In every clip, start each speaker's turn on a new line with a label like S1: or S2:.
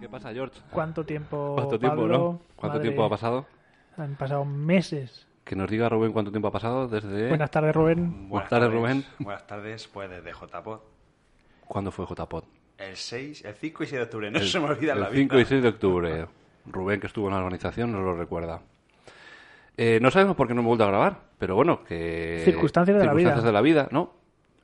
S1: ¿Qué pasa, George?
S2: ¿Cuánto tiempo?
S1: ¿Cuánto tiempo,
S2: Oh, Pablo?
S1: no? ¿Cuánto
S2: Madre,
S1: tiempo ha pasado?
S2: Han pasado meses.
S1: Que nos diga Rubén cuánto tiempo ha pasado desde.
S2: Buenas tardes, Rubén.
S1: Buenas tardes, Rubén.
S3: Buenas tardes, pues desde JPod.
S1: ¿Cuándo fue JPod?
S3: El 6, el 5 y 6 de octubre, no se me olvida
S1: el
S3: la vida.
S1: 5 y 6 de octubre. Rubén, que estuvo en la organización, nos lo recuerda. Eh, no sabemos por qué no hemos vuelto a grabar, pero bueno, que...
S2: Circunstancias de la vida.
S1: Circunstancias de la vida, ¿no?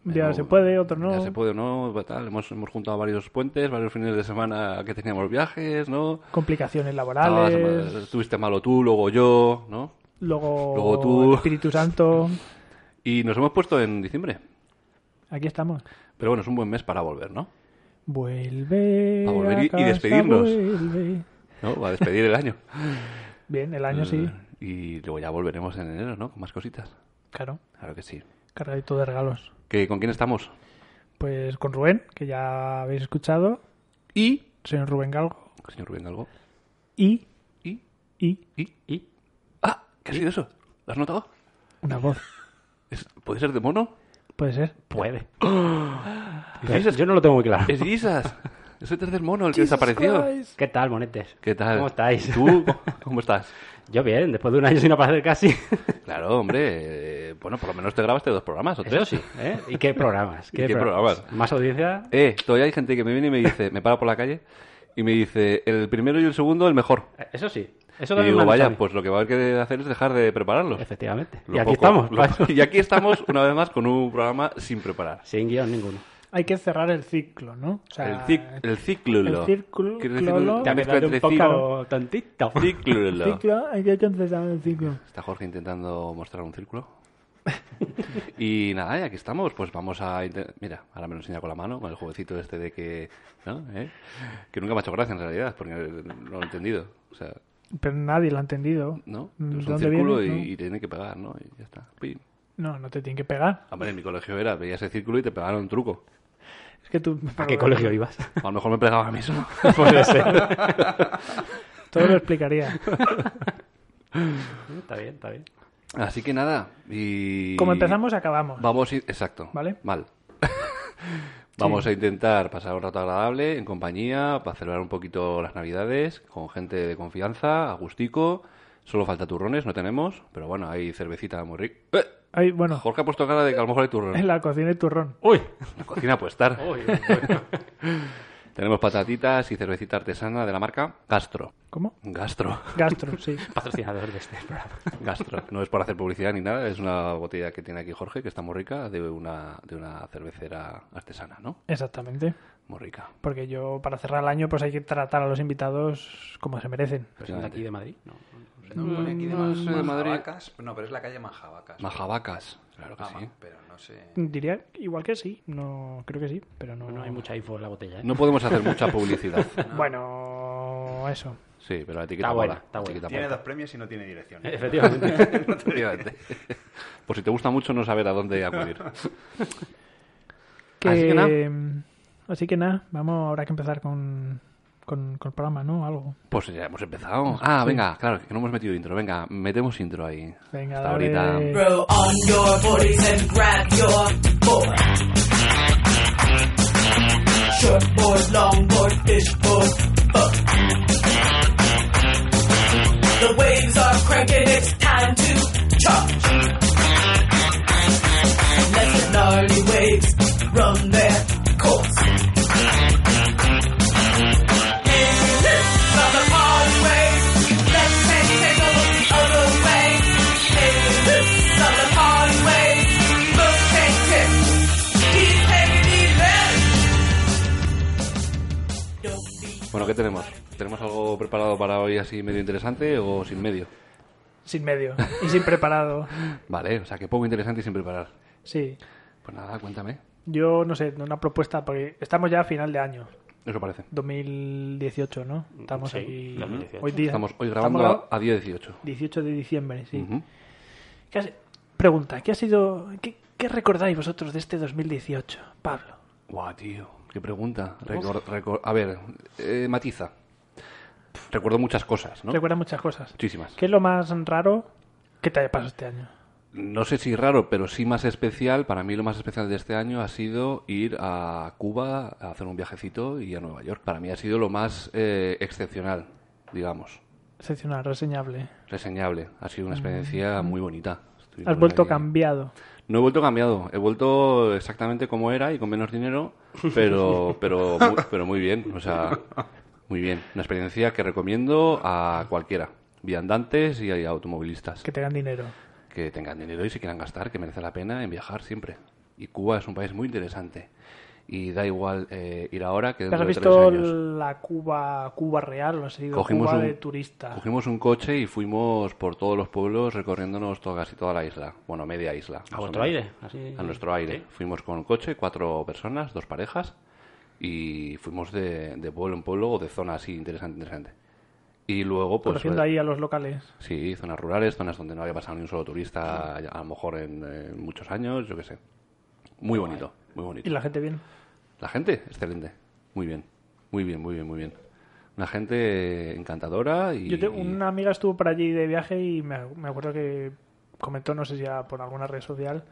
S2: Un
S1: Eh,
S2: día
S1: no-
S2: se puede, otro no.
S1: Ya se puede, ¿no? pues Tal, hemos, hemos juntado varios puentes, varios fines de semana que teníamos viajes, ¿no?
S2: Complicaciones
S1: Estabas
S2: laborales.
S1: mal- estuviste malo tú, luego yo, ¿no?
S2: Luego,
S1: luego tú.
S2: el Espíritu Santo.
S1: Y nos hemos puesto en diciembre.
S2: Aquí estamos.
S1: Pero bueno, es un buen mes para volver, ¿no?
S2: Vuelve.
S1: A volver
S2: a
S1: y- y
S2: casa,
S1: despedirnos.
S2: vuelve.
S1: ¿No? Va a despedir el año. Eh,
S2: Bien, el
S1: Mm.
S2: año sí.
S1: Y luego ya volveremos en enero, ¿no? Con más cositas.
S2: Claro,
S1: Claro que sí.
S2: cargadito de regalos.
S1: ¿Que, ¿Con quién estamos?
S2: Pues con Rubén, que ya habéis escuchado.
S1: Y...
S2: Señor Rubén Galgo.
S1: Señor Rubén Galgo.
S2: Y,
S1: Y...
S2: y
S1: ¿Y? ¿Y? ¡Ah! ¿Qué ha sido eso? ¿Lo has notado?
S2: una voz.
S1: ¿Es- ¿Puede ser de mono?
S2: Puede ser.
S4: Puede.
S1: ¿Es Jesus?
S4: Yo no lo tengo muy claro.
S1: ¡Es Jesus! Es el tercer mono, el que desapareció.
S4: ¿Qué tal, monetes?
S1: ¿Qué tal?
S4: ¿Cómo estáis?
S1: ¿Tú? ¿Cómo estás?
S4: Yo bien, después de un año sin aparecer casi.
S1: Claro, hombre. eh, bueno, por lo menos te grabaste dos programas, ¿o
S4: Eso
S1: tres?
S4: sí, ¿eh? ¿Y qué programas?
S1: ¿Y qué programas?
S4: ¿Más audiencia?
S1: Eh, todavía hay gente que me viene y me dice, me para por la calle y me dice, el primero y el segundo, el mejor.
S4: Eh, Eso sí. Eso
S1: Y
S4: también me
S1: digo,
S4: han dicho a
S1: vaya,
S4: mí.
S1: pues lo que va a haber que hacer es dejar de prepararlos.
S4: Efectivamente.
S1: Lo
S4: y aquí
S1: poco-
S4: estamos.
S1: lo-
S4: macho.
S1: y aquí estamos, una vez más, con un programa sin preparar.
S4: Sin guión ninguno.
S2: Hay que cerrar el ciclo, ¿no? O sea,
S1: El, cic- el ciclo.
S2: el círculo-
S1: Quiere decir un-
S2: clolo.
S1: una
S2: Te
S4: Ya me
S1: mezcla
S4: quedado un
S1: entre ciclo-
S4: poco tontito.
S1: ciclo.
S2: ciclo, hay que concentrar el ciclo.
S1: Está Jorge intentando mostrar un círculo. y nada, y aquí estamos. Pues vamos a. inte- Mira, ahora me lo enseña con la mano, con el jueguecito este de que. ¿no? ¿Eh? Que nunca me ha hecho gracia en realidad, porque no lo he entendido. O sea,
S2: Pero nadie lo ha entendido.
S1: ¿no?
S2: Mm,
S1: Es un
S2: ¿dónde
S1: círculo
S2: viene?
S1: y, y tiene que pegar, ¿no? Y ya está. Pim.
S2: No, no te tienen que pegar.
S1: Hombre, en mi colegio era, veías el círculo y te pegaron un truco.
S2: Es que tú.
S4: ¿A qué colegio ibas?
S1: A lo mejor me pegaba a mí solo.
S4: Puede ser.
S2: Todo lo explicaría.
S4: está bien, está bien.
S1: Así que nada. Y...
S2: Como empezamos, acabamos.
S1: Vamos, a ir- exacto.
S2: ¿Vale?
S1: Mal. Vamos a intentar pasar un rato agradable en compañía, para celebrar un poquito las navidades, con gente de confianza, a gustico. Solo falta turrones, no tenemos, pero bueno, hay cervecita muy rica. ¡Eh!
S2: Ay, bueno,
S1: Jorge ha puesto cara de que a lo mejor hay turrones.
S2: en Oh. la cocina hay turrón.
S4: ¡Uy!
S1: La cocina puede estar.
S4: Uy,
S1: Tenemos patatitas y cervecita artesana de la marca Gastro.
S2: ¿Cómo?
S1: Gastro.
S2: Gastro, sí.
S4: Patrocinador de este programa.
S1: Gastro. No es por hacer publicidad ni nada, es una botella que tiene aquí Jorge, que está muy rica, de una, de una cervecera artesana, ¿no?
S2: Exactamente.
S1: Muy rica.
S2: Porque yo, para cerrar el año, pues hay que tratar a los invitados como se merecen.
S4: ¿Pero son de aquí de Madrid? No.
S3: No, pone aquí de
S1: No
S3: Ma-
S1: sé, de Madrid.
S3: Majavacas. No, pero es la calle Majavacas.
S1: Majavacas. Claro que
S3: Ah,
S1: sí.
S3: ma- pero no sé.
S2: Diría igual que sí. No, creo que sí, pero no.
S4: No hay mucha info en la botella, ¿eh?
S1: No podemos hacer mucha publicidad.
S2: Bueno, eso.
S1: Sí, pero la etiqueta
S4: Está buena,
S1: mola,
S4: está
S1: la
S4: buena.
S1: etiqueta
S3: Tiene
S1: mola.
S3: dos premios y no tiene dirección.
S4: Efectivamente.
S1: Efectivamente. Por si te gusta mucho no saber a dónde acudir.
S2: Que... mm,
S1: Así que nada.
S2: Así que nada, vamos, habrá que empezar con, con, con el programa, ¿no? Algo.
S1: Pues ya hemos empezado. Ah, venga, claro, que no hemos metido intro. Venga, metemos intro ahí.
S2: Venga,
S1: Hasta
S2: dale.
S1: ahorita.
S5: Throw on your bodies and grab your board. Short board, long board, fish board, boat. The waves are cranking, it's time to charge. Let the gnarly waves run their course. From the hard waves, let's take, take a look the other way. From the hard waves, look, take, take. Keep taking these letters. Don't be
S1: Bueno, ¿qué tenemos? ¿Tenemos algo preparado para hoy así medio interesante o sin medio?
S2: Sin medio y sin preparado.
S1: Vale, o sea, que poco interesante y sin preparar.
S2: Sí.
S1: Pues nada, cuéntame.
S2: Yo no sé, una propuesta, porque estamos ya a final de año,
S1: Eso parece.
S2: 2018, ¿no? Estamos
S4: Sí,
S2: aquí.
S4: 2018.
S2: Hoy día.
S1: Estamos hoy grabando
S2: Estamos
S1: a, a 10-18.
S2: 18 de diciembre, sí.
S1: Ujú.
S2: ¿Qué has- Pregunta, ¿qué ha sido. Qué, qué recordáis vosotros de este 2018, Pablo?
S1: Guau, tío, qué pregunta. Recor- recor- a ver, eh, matiza. Recuerdo muchas cosas, ¿no?
S2: Recuerda muchas cosas.
S1: Muchísimas.
S2: ¿Qué es lo más raro que te haya pasado este año?
S1: no sé si raro, pero sí más especial, para mí lo más especial de este año ha sido ir a Cuba a hacer un viajecito y a Nueva York. Para mí ha sido lo más eh, excepcional, digamos,
S2: Excepcional, reseñable.
S1: reseñable. Ha sido una experiencia muy bonita. Estuvimos
S2: Mm. Has vuelto
S1: ahí-
S2: cambiado.
S1: No he vuelto cambiado, he vuelto exactamente como era y con menos dinero, pero, pero, mu- pero muy bien, o sea, muy bien. Una experiencia que recomiendo a cualquiera, viandantes y a automovilistas
S2: Que te dan dinero.
S1: que tengan dinero y se quieran gastar, que merece la pena en viajar siempre. Y Cuba es un país muy interesante. Y da igual eh, ir ahora que
S2: ¿Te
S1: dentro
S2: has
S1: de tres
S2: visto
S1: años.
S2: la Cuba Cuba real o has ido a Cuba de turista?
S1: cogimos un coche y fuimos por todos los pueblos recorriéndonos to- casi toda la isla. Bueno, media isla. más
S4: A
S1: o
S4: vuestro
S1: menos.
S4: aire. Así...
S1: A nuestro aire. Fuimos con un coche, cuatro personas, dos parejas. Y fuimos de, de pueblo en pueblo o de zona así interesante, interesante. Y luego, pues.
S2: Conociendo
S1: eh,
S2: ahí a los locales.
S1: Sí, zonas rurales, zonas donde no había pasado ni un solo turista, a lo mejor en, eh, muchos años, yo qué sé. Muy bonito, muy bonito.
S2: Y la gente bien.
S1: La gente, excelente. Muy bien, muy bien, muy bien, muy bien. Una gente encantadora y...
S2: Yo te- una amiga estuvo por allí de viaje y me, me acuerdo que comentó, no sé si ya por alguna red social,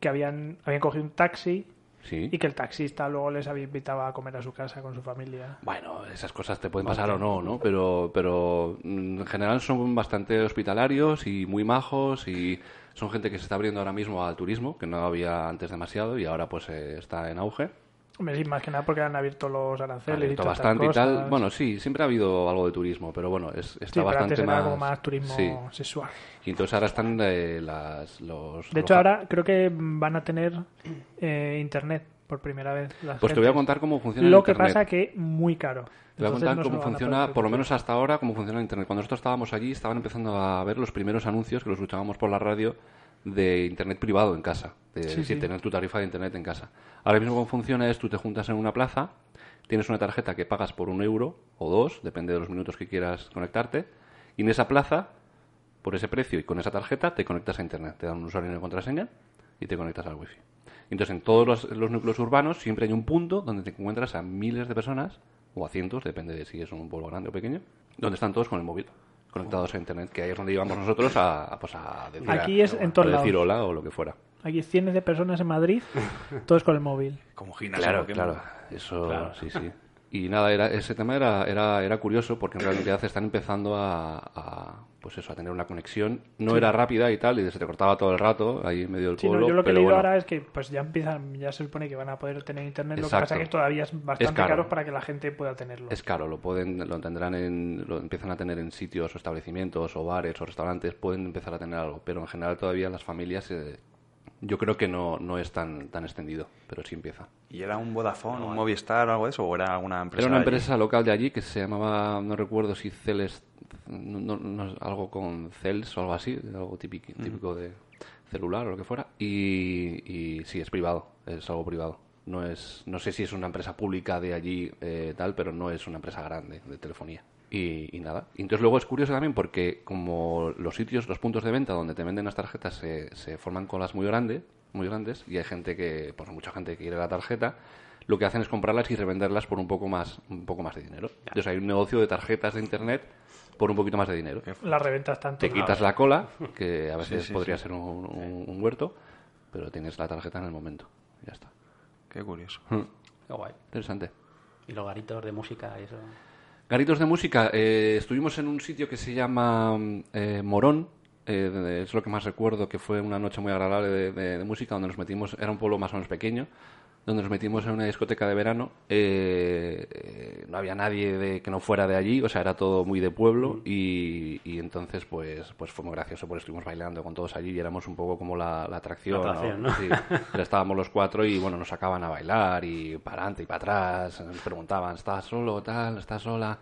S2: que habían, habían cogido un taxi
S1: Sí.
S2: y que el taxista luego les había invitado a comer a su casa con su familia.
S1: Bueno, esas cosas te pueden pasar o no, ¿no? Pero, pero mm, en general son bastante hospitalarios y muy majos y son gente que se está abriendo ahora mismo al turismo, que no había antes demasiado y ahora pues eh, está en auge.
S2: Hombre, sí, más que nada porque han abierto los aranceles
S1: Abierto
S2: y tantas
S1: bastante y tal.
S2: cosas.
S1: Bueno, sí, siempre ha habido algo de turismo, pero bueno, es, está
S2: Sí, pero
S1: bastante
S2: antes era
S1: más.
S2: como más turismo
S1: Sí.
S2: sexual.
S1: Y entonces ahora están eh, las, los.
S2: De hecho, ahora creo que van a tener eh, internet por primera vez. las
S1: Pues te voy a
S2: gentes.
S1: contar cómo funciona
S2: Lo
S1: el
S2: que
S1: internet.
S2: pasa que muy caro.
S1: Te voy a
S2: Entonces
S1: contar
S2: no se
S1: cómo
S2: lo van a
S1: funciona,
S2: poder
S1: por lo
S2: permitir.
S1: menos hasta ahora, cómo funciona el Internet. Cuando nosotros estábamos allí, estaban empezando a ver los primeros anuncios que los escuchábamos por la radio de Internet privado en casa. De
S2: Sí,
S1: decir,
S2: sí.
S1: tener tu tarifa de Internet en casa. Ahora mismo cómo funciona es, tú te juntas en una plaza, tienes una tarjeta que pagas por un euro o dos, depende de los minutos que quieras conectarte, y en esa plaza, por ese precio y con esa tarjeta, te conectas a Internet. Te dan un usuario y una contraseña y te conectas al wifi. Entonces, en todos los, los núcleos urbanos siempre hay un punto donde te encuentras a miles de personas, o a cientos, depende de si es un pueblo grande o pequeño, donde están todos con el móvil, conectados a Internet, que ahí es donde íbamos nosotros a, a, pues, a decir,
S2: Aquí es en todos
S1: a decir
S2: lados.
S1: hola o lo que fuera.
S2: Aquí cientos de personas en Madrid, todos con el móvil.
S3: Como Ginas en
S1: Claro,
S3: Pokémon.
S1: claro. Eso, sí, sí. Y nada, era, ese tema era, era, era curioso porque en realidad están empezando a, a, pues eso, a tener una conexión. No era rápida y tal, y se te cortaba todo el rato ahí en medio del
S2: Sí, no,
S1: pueblo.
S2: yo lo que he
S1: pero
S2: leído
S1: bueno,
S2: ahora es que pues ya empiezan, ya se supone que van a poder tener internet, lo que pasa
S1: Exacto.
S2: es que todavía es bastante
S1: caro.
S2: caro. para que la gente pueda tenerlo.
S1: es caro, lo pueden, lo tendrán en, lo empiezan a tener en sitios o establecimientos o bares o restaurantes, pueden empezar a tener algo, pero en general todavía las familias eh, yo creo que no, no es tan, tan extendido, pero sí empieza.
S3: ¿Y era un Vodafone, un Movistar o algo de eso? ¿O era alguna
S1: eh.
S3: empresa?
S1: Era una
S3: de allí?
S1: empresa local de allí que se llamaba, no recuerdo si Celes, no- no- no, algo con Cels o algo así, algo típico, típico de celular o lo que fuera. Y, y sí, es privado, es algo privado. No es, no sé si es una empresa pública de allí eh, tal, pero no es una empresa grande de telefonía. Y, y nada. Y entonces luego es curioso también porque como los sitios, los puntos de venta donde te venden las tarjetas se, se forman colas muy grandes, muy grandes, y hay gente que, pues mucha gente que quiere la tarjeta, lo que hacen es comprarlas y revenderlas por un poco más, un poco más de dinero. Entonces hay un negocio de tarjetas de internet por un poquito más de dinero.
S2: Las reventas tanto.
S1: Te quitas la cola, que a veces
S3: sí,
S1: podría ser un, un- un huerto, pero tienes la tarjeta en el momento. Ya está.
S3: Qué curioso.
S4: Qué guay.
S1: Interesante.
S4: Y los garitos de música y eso.
S1: Garitos de música. eh, estuvimos en un sitio que se llama mm, eh, Morón. eh, de- de- es lo que más recuerdo, que fue una noche muy agradable de, de- de música, donde nos metimos, era un pueblo más o menos pequeño, donde nos metimos en una discoteca de verano. eh, eh, no había nadie de- que no fuera de allí, o sea, era todo muy de pueblo y, y entonces pues, pues fue muy gracioso, porque estuvimos bailando con todos allí y éramos un poco como la, la atracción.
S4: La atracción, ¿no?
S1: Sí. Pero estábamos los cuatro y bueno, nos sacaban a bailar y para adelante y para atrás, nos preguntaban, ¿estás solo, tal? ¿Estás sola?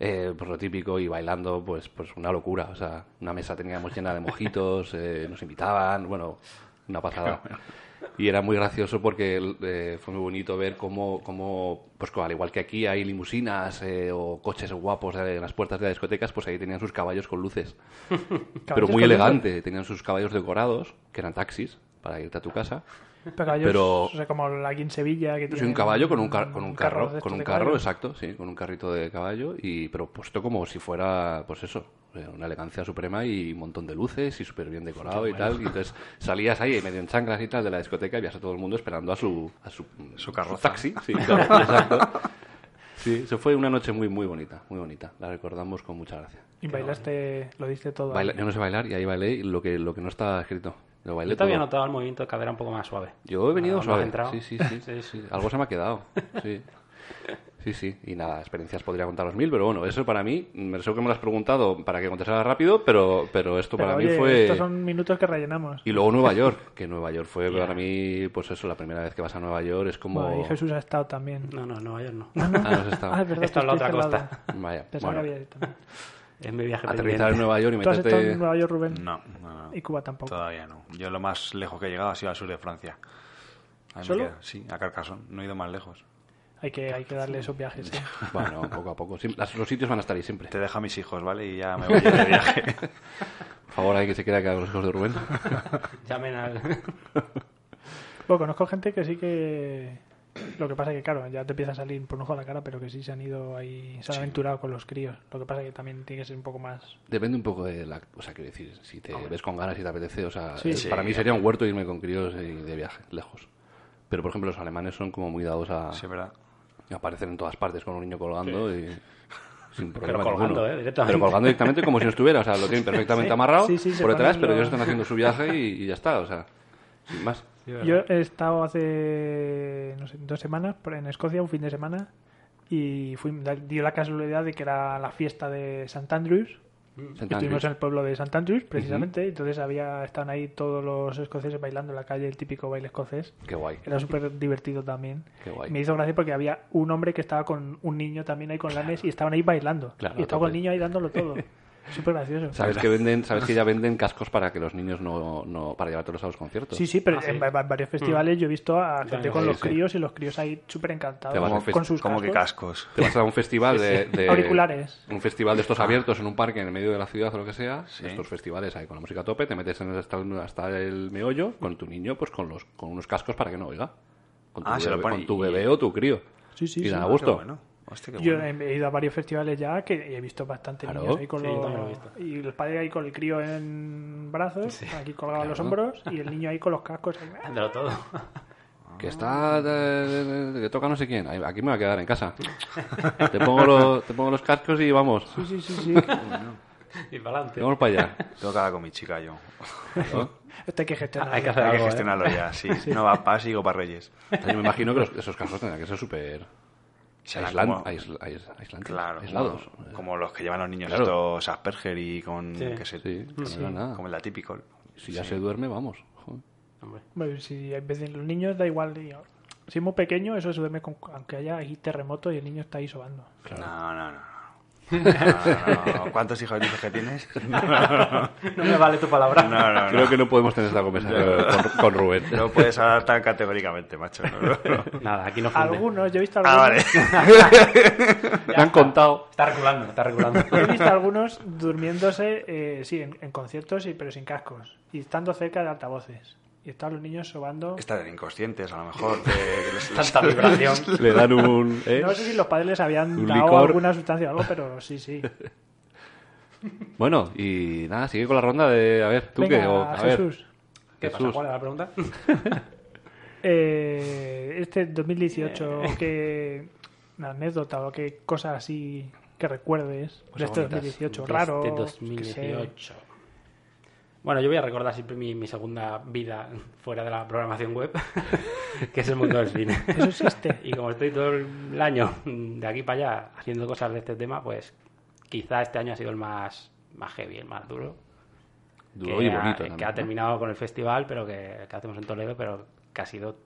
S1: Eh, pues lo típico y bailando, pues, pues una locura, o sea, una mesa teníamos llena de mojitos, eh, nos invitaban, bueno, una pasada. Y era muy gracioso porque eh, fue muy bonito ver cómo, cómo, pues al igual que aquí hay limusinas eh, o coches guapos en las puertas de las discotecas, pues ahí tenían sus caballos con luces pero muy elegante. Tenían sus caballos decorados, que eran taxis, para irte a tu casa. pero-
S2: pero... o sea, como aquí en Sevilla. Que
S1: Sí,
S2: tienen
S1: un caballo con un, car- con un carro,
S2: de
S1: con
S2: estos
S1: un
S2: de
S1: carro,
S2: caballo.
S1: exacto, sí, con un carrito de caballo, y pero puesto como si fuera, pues eso, eh, una elegancia suprema y un montón de luces y súper bien decorado
S4: Qué
S1: y tal. Y entonces salías ahí medio en chanclas y tal de la discoteca y veías a todo el mundo esperando a su, a su,
S3: Su carroza.
S1: taxi. Sí, claro, exacto. Sí, eso fue una noche muy, muy bonita, muy bonita. La recordamos con mucha gracia.
S2: Y bailaste, lo diste todo.
S1: Baila- yo no sé bailar y ahí bailé lo que, lo que no estaba escrito. Lo bailé
S4: Yo te había
S1: todo.
S4: notado el movimiento de cadera un poco más suave.
S1: Yo he venido
S4: Ah, no has
S1: suave.
S4: entrado.
S1: Sí, sí, sí, sí, sí. Algo se me ha quedado. Sí. Sí, sí. Y nada, experiencias podría contaros mil, pero bueno, eso para mí, me sé que me lo has preguntado para que contestara rápido, pero, pero esto
S2: Pero,
S1: para
S2: oye,
S1: mí fue...
S2: Estos son minutos que rellenamos.
S1: Y luego Nueva York, que Nueva York fue para mí, pues eso, la primera vez que vas a Nueva York es como...
S2: Bueno, ahí Jesús ha estado también.
S4: No, no, Nueva York no.
S2: Ah,
S1: Ah, no has estado.
S2: Ah, es verdad,
S4: Esta
S2: tú
S4: es la otra
S2: estuviste al lado.
S4: costa.
S1: Vaya,
S2: Pensaba que
S1: bueno,
S2: había ido también.
S4: Es mi viaje
S1: aterrizar en
S4: pendiente.
S1: Nueva York y
S2: ¿Tú has estado en
S1: meterte...
S2: Nueva York, Rubén?
S3: No, no, no.
S2: Y Cuba tampoco.
S3: Todavía no. Yo lo más lejos que he llegado ha sido al sur de Francia. Ahí me
S2: ¿Solo?
S3: queda. Sí, a Carcassonne. No he ido más lejos.
S2: Hay que, hay que darle esos viajes. sí.
S1: Bueno, poco a poco. Sí, las- los sitios van a estar ahí siempre.
S3: Te dejo a mis hijos, ¿vale? Y ya me voy yo de viaje.
S1: Por favor, hay que se quede acá con los hijos de Rubén.
S4: Llamen al...
S2: Bueno, conozco gente que sí que. Lo que pasa es que, claro, ya te empieza a salir por un ojo a la cara, pero que sí se han ido ahí, se han aventurado con los críos. Lo que pasa es que también tiene que ser un poco más.
S1: Depende un poco de la... O sea, quiero decir, si te ves con ganas y te apetece, o sea,
S2: Sí.
S1: eh,
S2: Sí.
S1: para mí sería un huerto irme con críos eh, de viaje, lejos. Pero, por ejemplo, los alemanes son como muy dados a,
S3: Sí, ¿verdad?
S1: a aparecer en todas partes con un niño colgando y... Sin problema
S4: colgando,
S1: ninguno.
S4: eh, directamente.
S1: Pero colgando directamente como si no estuviera, o sea, lo tienen perfectamente amarrado
S2: Sí, sí, se
S1: por detrás,
S2: ponen
S1: pero
S2: los-
S1: ellos están haciendo su viaje y, y ya está, o sea, sin más.
S2: Yo he estado hace no sé, dos semanas por- en Escocia, un fin de semana, y fui, da- dio la casualidad de que era la fiesta de St. Andrews.
S1: Sentad
S2: Y estuvimos en
S1: bien.
S2: el pueblo de St. Andrews, precisamente, y entonces había estaban ahí todos los escoceses bailando en la calle, el típico baile escocés.
S1: Qué guay.
S2: Era súper divertido también.
S1: Qué guay.
S2: Me hizo gracia porque había un hombre que estaba con un niño también ahí con lanes y estaban ahí bailando.
S1: Claro,
S2: y estaba con el
S1: tope.
S2: niño ahí dándolo todo. Súper gracioso.
S1: ¿Sabes que, venden, ¿Sabes que ya venden cascos para que los niños no... no para llevártelos a los conciertos?
S2: Sí, sí, pero
S4: Ah, sí.
S2: en va- va-
S1: Mm.
S2: varios festivales yo he visto a gente
S4: También,
S2: con
S1: sí,
S2: los
S1: sí.
S2: críos y los críos ahí súper encantados
S1: Te vas de
S2: con
S1: fest-
S2: sus
S3: ¿Cómo que
S2: cascos.
S3: cascos?
S1: Te vas a un festival de, de-
S2: Auriculares.
S1: Un festival de estos abiertos en un parque en el medio de la ciudad o lo que sea.
S3: Ah. Sí.
S1: Estos festivales ahí con la música a tope, te metes en el- hasta, el- hasta el meollo con tu niño, pues con los con unos cascos para que no oiga. Con tu,
S3: Ah, se lo
S1: bebé,
S3: pone
S1: con tu
S3: y-
S1: bebé o tu crío.
S2: Sí, sí,
S1: y
S2: sí.
S1: da
S3: Ah, qué
S1: gusto.
S3: bueno. Hostia, qué
S2: Yo
S3: bueno.
S2: he ido a varios festivales ya que he visto bastante
S1: Claro.
S2: niños ahí con
S4: Sí, yo también lo he
S2: los...
S4: visto.
S2: Y los padres ahí con el crío en brazos, aquí colgado a los
S1: Claro.
S2: hombros, y el niño ahí con los cascos. ahí.
S4: Dándolo todo.
S3: Ah.
S1: Que está. eh, que toca no sé quién. Ay, Aquí me voy a quedar en casa. te, pongo los, te pongo los cascos y vamos.
S2: Sí, sí, sí, sí.
S4: y para adelante.
S1: Vamos para allá.
S3: Tengo que hablar con mi chica yo.
S2: Esto hay que gestionar.
S4: Hay que hacer
S3: Hay que
S4: algo, ¿eh?
S3: gestionarlo ya, sí. No va para sigo para Reyes.
S1: Yo me imagino que los- esos cascos tendrán que ser súper.
S3: Será
S1: aislan-
S3: como-
S1: ais- ais- aislantes,
S3: Claro.
S1: aislados.
S3: Como, como los que llevan los niños
S1: Claro.
S3: estos Asperger y con...
S4: Sí.
S3: que se-
S1: Sí, no era nada.
S3: Como el atípico.
S1: Si ya se duerme, vamos. Joder.
S4: Hombre.
S2: Bueno, si en vez de los niños da igual. digo, Si es muy pequeño, eso se duerme con- aunque haya ahí terremoto y el niño está ahí sobando.
S3: No, no, no. no. No, no, no. ¿Cuántos hijos dices que tienes? No,
S4: No me vale tu palabra.
S3: no, no.
S1: Creo que no podemos tener esta conversación con, con Rubén.
S3: No puedes hablar tan categóricamente, macho.
S4: Nada, aquí no funde.
S2: Algunos, yo he visto
S3: Ah,
S2: algunos.
S3: vale.
S1: Me han contado.
S4: Está regulando, está regulando.
S2: Yo he visto algunos durmiéndose, eh, sí, en, en conciertos, sí, pero sin cascos. Y estando cerca de altavoces. Y están los niños sobando.
S3: Están inconscientes, a lo mejor. de- les- les-
S4: Tanta vibración.
S1: Le dan un. ¿eh?
S2: No sé si los padres les habían
S1: Un
S2: dado
S1: licor.
S2: alguna sustancia o algo, pero sí, sí.
S1: Bueno, y nada, sigue con la ronda de. A ver, tú
S2: Venga,
S1: qué. O, a
S2: Jesús.
S4: ¿Qué pasa?
S1: Jesús.
S4: ¿Cuál era la pregunta?
S2: Eh, este 2018, ¿qué una anécdota o qué cosa así que recuerdes
S1: Pues
S2: de este 2018? Raro.
S4: Pues De este
S2: que sé.
S4: 2018. Bueno, yo voy a recordar siempre mi, mi segunda vida fuera de la programación web, que es el mundo del cine.
S2: Eso existe.
S4: Y como estoy todo el año de aquí para allá haciendo cosas de este tema, pues quizá este año ha sido el más, más heavy, el más duro.
S1: ver, duro y
S4: ha-
S1: bonito.
S4: que
S1: también,
S4: ha
S1: ¿no?
S4: terminado con el festival, pero que, que hacemos en Toledo, pero que ha sido,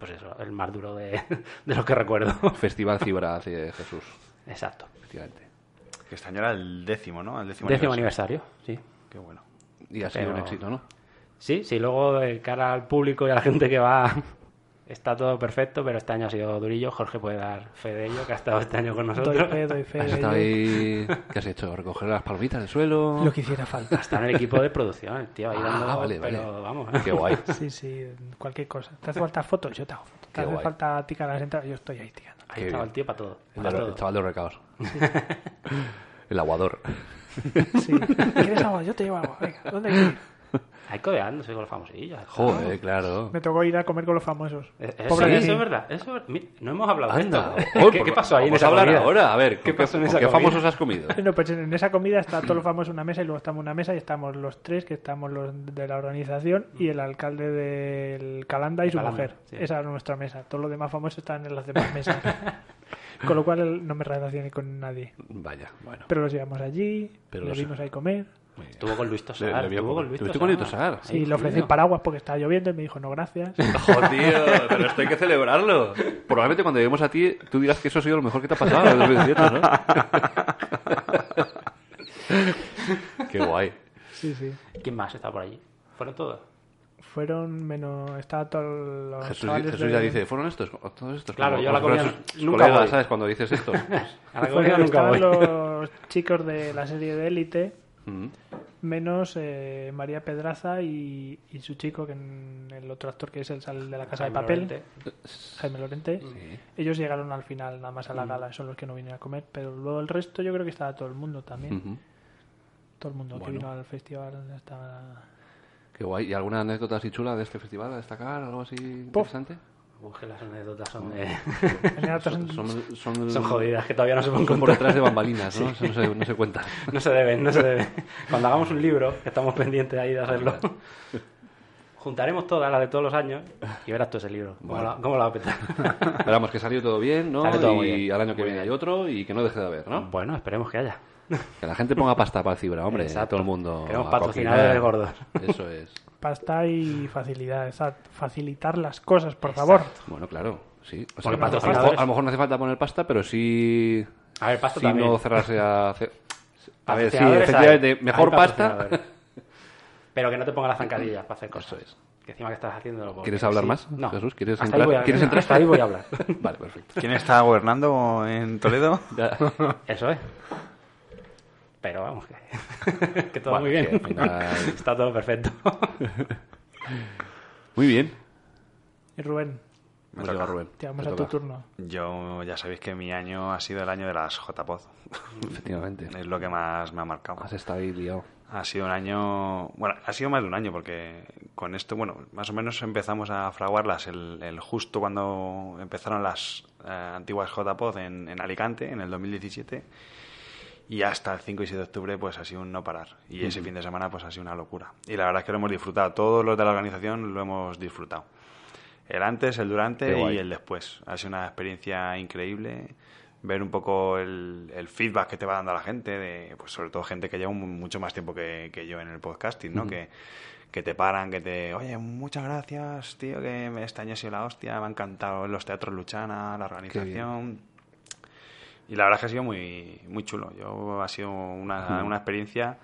S4: pues eso, el más duro de, de lo que recuerdo.
S1: Festival Cibra hace Jesús,
S4: Exacto.
S1: efectivamente.
S3: Que este año era el décimo, ¿no? El décimo,
S4: Décimo aniversario, sí.
S3: Qué bueno.
S1: Y ha sido
S4: Pero-
S1: un éxito, ¿no?
S4: Sí, sí, luego de cara al público y a la gente que va está todo perfecto, pero este año ha sido durillo. Jorge puede dar fe de ello, que ha estado este año con
S2: Doy
S4: nosotros.
S2: fe, doy fe.
S1: Has
S2: de
S1: estado
S2: ello.
S1: ahí. ¿Qué has hecho? ¿Recoger las palomitas del suelo?
S2: Lo que hiciera falta.
S4: Está en el equipo de producción, el tío, ahí
S1: Ah,
S4: dando,
S1: vale, vale.
S4: pero vamos.
S1: Qué guay.
S2: Sí, sí, cualquier cosa. ¿Te hace falta fotos? Yo te hago fotos.
S1: Qué
S2: ¿Te hace
S1: guay.
S2: falta ticar las entradas? Yo estoy ahí tirando.
S4: Ahí
S1: Qué
S4: estaba
S1: bien.
S4: el tío para todo.
S1: El,
S4: para
S1: de-
S4: todo.
S1: el chaval de los recados. El aguador.
S2: Sí. ¿Quieres agua? Yo te llevo agua. Venga, ¿dónde hay que ir?
S4: Hay codeándose con los famosillos.
S1: Joder, claro.
S2: Me tocó ir a comer con los famosos.
S4: Eh, eh,
S2: Pobre
S4: sí,
S2: de
S4: eso
S2: mí.
S4: es verdad. Eso es ver- Mira, no hemos hablado de
S1: Anda.
S4: esto.
S1: Hoy,
S4: ¿Qué,
S1: por-
S4: qué pasó ahí en
S1: vamos
S4: esa
S1: a hablar
S4: comida?
S1: ahora, a ver,
S4: ¿qué
S1: ¿con
S4: pasó en
S1: con
S4: esa
S1: qué
S4: comida?
S1: famosos has comido?
S2: No, pues en esa comida está todos los famosos en una mesa y luego estamos en una mesa y estamos los tres, que estamos los de la organización y el alcalde del Calanda y su
S4: Calanda,
S2: mujer.
S4: sí.
S2: Esa es nuestra mesa. Todos los demás famosos están en las demás mesas. con lo cual el- no me relacioné con nadie.
S1: Vaya, bueno.
S2: Pero los llevamos allí,
S1: Pero
S2: los
S1: los-
S2: vimos ahí comer.
S1: muy bien.
S4: Estuvo con Luis
S1: Le-
S4: Tosar.
S1: le voy a
S4: Estuvo con
S1: poner-
S4: Luis
S1: Estuve con Luis Tosar.
S2: Sí,
S4: Ay,
S2: le ofrecí
S4: jodido.
S2: paraguas porque estaba lloviendo y me dijo, no, gracias.
S1: Joder, pero esto hay que celebrarlo. Probablemente cuando lleguemos a ti, tú dirás que eso ha sido lo mejor que te ha pasado en el 2018, ¿no? Qué guay.
S2: Sí, sí.
S4: ¿Quién más está por allí? Fueron todos.
S2: Fueron menos... Estaba todos los
S1: Jesús,
S2: chavales
S1: Jesús
S2: de-
S1: ya dice, ¿fueron estos? ¿Todos estos?
S4: Claro,
S1: Como-
S4: yo a la
S1: como si
S4: comida
S1: fueran sus
S4: nunca
S1: colegas,
S4: voy.
S1: ¿sabes? Cuando dices estos.
S4: A
S1: Pues
S4: la
S2: Fueron-
S4: comida nunca voy.
S2: estaban los chicos de la serie de Élite...
S1: Mm.
S2: menos eh, María Pedraza y, y su chico, que en- el otro actor que es el sal de la Casa
S4: Jaime
S2: de Papel,
S4: Lorente.
S2: Jaime Lorente.
S1: Sí.
S2: Ellos llegaron al final nada más a la gala, son los que no vinieron a comer, pero luego el resto yo creo que estaba todo el mundo también.
S1: Ujú.
S2: Todo el mundo que
S1: Bueno.
S2: vino al festival estaba...
S1: Qué guay. ¿Y alguna anécdota así chula de este festival a destacar? ¿Algo así interesante?
S4: Uf, que las anécdotas son, de-
S2: En general, todos
S1: Son,
S2: son-
S1: son, son-
S4: son jodidas, que todavía no se pueden
S1: son por
S4: contar.
S1: detrás de bambalinas, ¿no? Eso no, se, no se cuenta.
S4: No se deben, no se deben. Cuando hagamos un libro, que estamos pendientes ahí de hacerlo, juntaremos todas las de todos los años y verás tú ese libro. ¿Cómo,
S1: Vale.
S4: la, cómo la va a petar?
S1: Esperamos que salió todo bien, ¿no?
S4: Salió todo
S1: y
S4: muy bien.
S1: al año que
S4: Muy
S1: viene hay
S4: bien. Mm.
S1: otro y que no deje de haber, ¿no?
S4: Bueno, esperemos que haya.
S1: Que la gente ponga pasta para el cibra, hombre.
S4: Exacto.
S1: Todo el mundo.
S4: Queremos
S1: a
S4: patrocinadores
S1: cocinar.
S4: gordos.
S1: Eso es.
S2: Pasta y facilidad, esa- facilitar las cosas, por favor.
S1: Bueno, claro, sí. O
S4: Porque
S1: a, lo
S4: patrocinadores-
S1: mejor, a lo mejor no hace falta poner pasta, pero sí.
S4: A ver, pasta
S1: sí
S4: también.
S1: no cerrarse a. ce- A ver, sí,
S4: Patrocinadores
S1: efectivamente,
S4: hay.
S1: mejor
S4: Hay
S1: pasta.
S4: patrocinadores. Pero que no te ponga las zancadillas para hacer cosas.
S1: Eso
S4: Que encima que estás haciéndolo. porque
S1: ¿Quieres hablar
S4: sí.
S1: más,
S4: No.
S1: Jesús? ¿Quieres
S4: Hasta ahí
S1: entrar?
S4: voy a-
S1: ¿Quieres entrar?
S4: Hasta ahí voy a hablar.
S1: Vale, perfecto.
S3: ¿Quién está gobernando en Toledo?
S1: Ya.
S4: Eso es. Pero vamos, que, que todo
S1: Bueno,
S4: muy
S1: sí,
S4: bien.
S1: al final-
S4: Está todo perfecto.
S1: Muy bien.
S2: Y Rubén,
S1: Pues lleva Rubén.
S2: te vamos
S1: Te
S2: a tu
S1: toca.
S2: turno.
S3: Yo ya sabéis que mi año ha sido el año de las JPOD.
S1: Efectivamente.
S3: Es lo que más me ha marcado.
S1: Has estado ahí liado.
S3: Ha sido un año, bueno, ha sido más de un año porque con esto, bueno, más o menos empezamos a fraguarlas el, el justo cuando empezaron las eh, antiguas JPOD en, en Alicante en el 2017 y hasta el 5 y 6 de octubre pues ha sido un no parar y ese fin de semana pues ha sido una locura y la verdad es que lo hemos disfrutado, todos los de la organización lo hemos disfrutado. El antes, el
S1: Qué
S3: durante
S1: guay.
S3: y el después. Ha sido una experiencia increíble ver un poco el, el feedback que te va dando la gente, de, pues sobre todo gente que lleva mu- mucho más tiempo que, que yo en el podcasting, ¿no? que, que te paran, que te, oye, muchas gracias, tío, que me- este año ha sido la hostia, me ha encantado los teatros Luchana, la organización. Y la verdad es que ha sido muy, muy chulo. Yo ha sido una, una experiencia...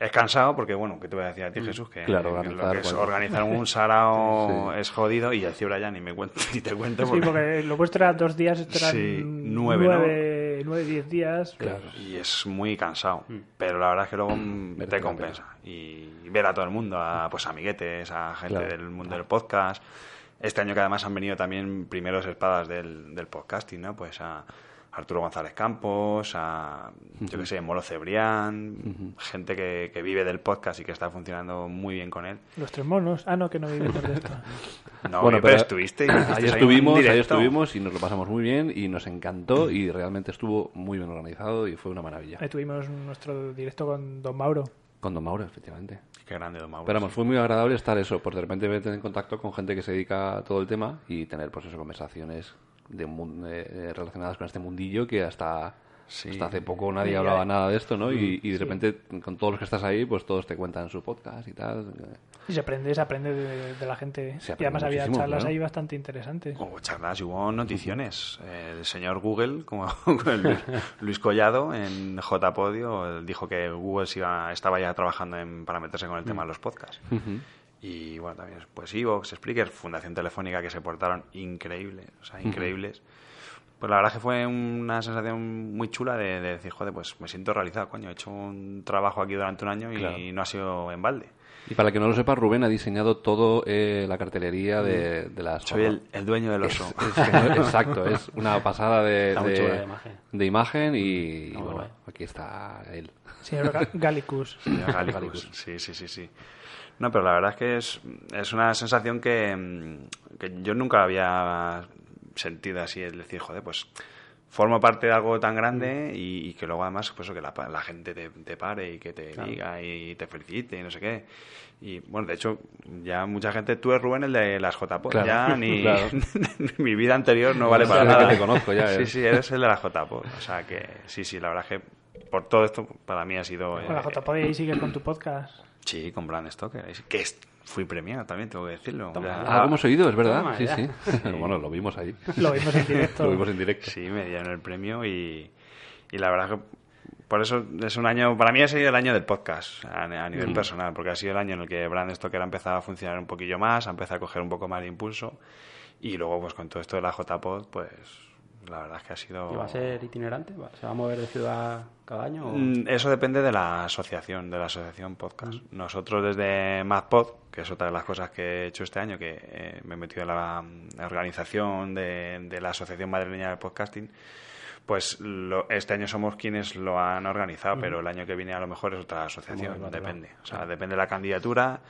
S3: Es cansado porque, bueno, que te voy a decir a ti, Jesús, que,
S1: Mm. Claro,
S3: que lo que
S1: organizar
S3: es
S1: cualquier-
S3: organizar un sarao
S1: Sí.
S3: es jodido y el cibra ya ni me cuento ni te cuento
S2: Sí, porque lo vuestro era dos días, esto eran
S3: Sí, nueve, ¿no?
S2: nueve, nueve, diez días.
S3: y es muy cansado pero la verdad es que luego mm,
S1: Merece
S3: te
S1: Mm. la
S3: compensa y ver a todo el mundo a pues amiguetes a gente
S1: Claro.
S3: del mundo del podcast este año que además han venido también primeros espadas del, del podcasting no pues a Arturo González Campos a yo qué sé Molo Cebrián gente que, que vive del podcast y que está funcionando muy bien con él
S2: Los tres monos. Ah, no, que no vivimos de esto.
S3: no
S1: Bueno,
S3: oye, pero,
S1: pero
S3: estuviste
S1: Ahí estuvimos, ahí estuvimos y nos lo pasamos muy bien y nos encantó y realmente estuvo muy bien organizado y fue una maravilla.
S2: Ahí tuvimos nuestro directo con Don Mauro.
S1: Con Don Mauro, efectivamente.
S3: qué grande don Mauro
S1: Pero vamos, fue muy agradable estar eso, pues de repente verte en contacto con gente que se dedica a todo el tema y tener pues eso, conversaciones de un mun- eh, eh, relacionadas con este mundillo que hasta,
S3: Sí.
S1: hasta hace poco nadie hablaba nada de esto, ¿no? Y, y de repente con todos los que estás ahí, pues todos te cuentan su podcast y tal.
S2: Y se aprende, se aprende de, de la gente.
S1: Se
S2: y
S1: aprende
S2: además había
S1: muchísimo,
S2: charlas
S1: claro. Oh.
S2: ahí bastante interesantes.
S3: Hubo charlas y hubo noticiones. El señor Google, como el Luis- Luis Collado en J-Podio, él dijo que Google se iba- estaba ya trabajando en, para meterse con el tema de los podcasts. Y bueno, también pues Evox, Spreaker, Fundación Telefónica que se portaron increíbles, o sea, increíbles. Pues la verdad es que fue una sensación muy chula de, de decir, joder, pues me siento realizado, coño, he hecho un trabajo aquí durante un año y
S1: Claro.
S3: no ha sido en balde.
S1: Y para el que no lo sepa, Rubén ha diseñado toda la cartelería de, de las...
S3: Soy el, el dueño del
S1: Es-
S3: oso.
S1: es genial, exacto, es una pasada de,
S4: Está muy
S1: de-
S4: chula la imagen.
S1: de imagen y, y
S4: muy
S1: bueno,
S4: guay.
S1: aquí está él.
S2: Señor Ga- Gallicus.
S3: Señor Gallicus.
S1: Gallicus.
S3: Sí, sí, sí, sí. No, pero la verdad es que es, es una sensación que, mm, que yo nunca había sentido así, el decir, joder, pues formo parte de algo tan
S1: Mm.
S3: grande y, y que luego además, pues eso, que la, pa- la gente te, te pare y que te diga y te felicite y no sé qué. Y bueno, de hecho, ya mucha gente, tú eres Rubén el de las JPO,
S1: Claro,
S3: ya ni,
S1: claro.
S3: mi vida anterior no vale
S1: Ya
S3: para
S1: sabes que
S3: nada.
S1: te conozco ya,
S3: Sí,
S1: eh.
S3: sí, eres el de la JPO. O sea que, sí, sí, la verdad es que por todo esto para mí ha sido...
S2: Con la
S3: eh,
S2: JPod y ahí sigues con tu podcast.
S3: Sí, con Bram Stoker. Es que es- fui premiado también, tengo que decirlo.
S4: Toma.
S3: O sea,
S1: Ah, hemos oído, es verdad.
S4: Toma
S1: sí,
S4: ya.
S1: sí. bueno, lo vimos ahí.
S2: Lo vimos en directo.
S1: lo vimos en directo.
S3: Sí, me dieron el premio y, y la verdad que por eso es un año, para mí ha sido el año del podcast a, a nivel personal, porque ha sido el año en el que Brand Stoker ha empezado a funcionar un poquillo más, ha empezado a coger un poco más de impulso y luego pues con todo esto de la JPod, pues la verdad es que ha sido...
S4: ¿Y va a ser itinerante? ¿Va- ¿Se va a mover de ciudad cada año? o-
S3: Mm, Eso depende de la asociación, de la asociación podcast.
S2: Mm.
S3: Nosotros desde MadPod, que es otra de las cosas que he hecho este año, que eh, me he metido en la, mm, organización de, de la Asociación Madrileña del Podcasting, pues lo- este año somos quienes lo han organizado,
S2: Mm.
S3: pero el año que viene a lo mejor es otra asociación,
S4: Vale, vale,
S3: depende.
S4: vale.
S3: O sea, depende de la candidatura.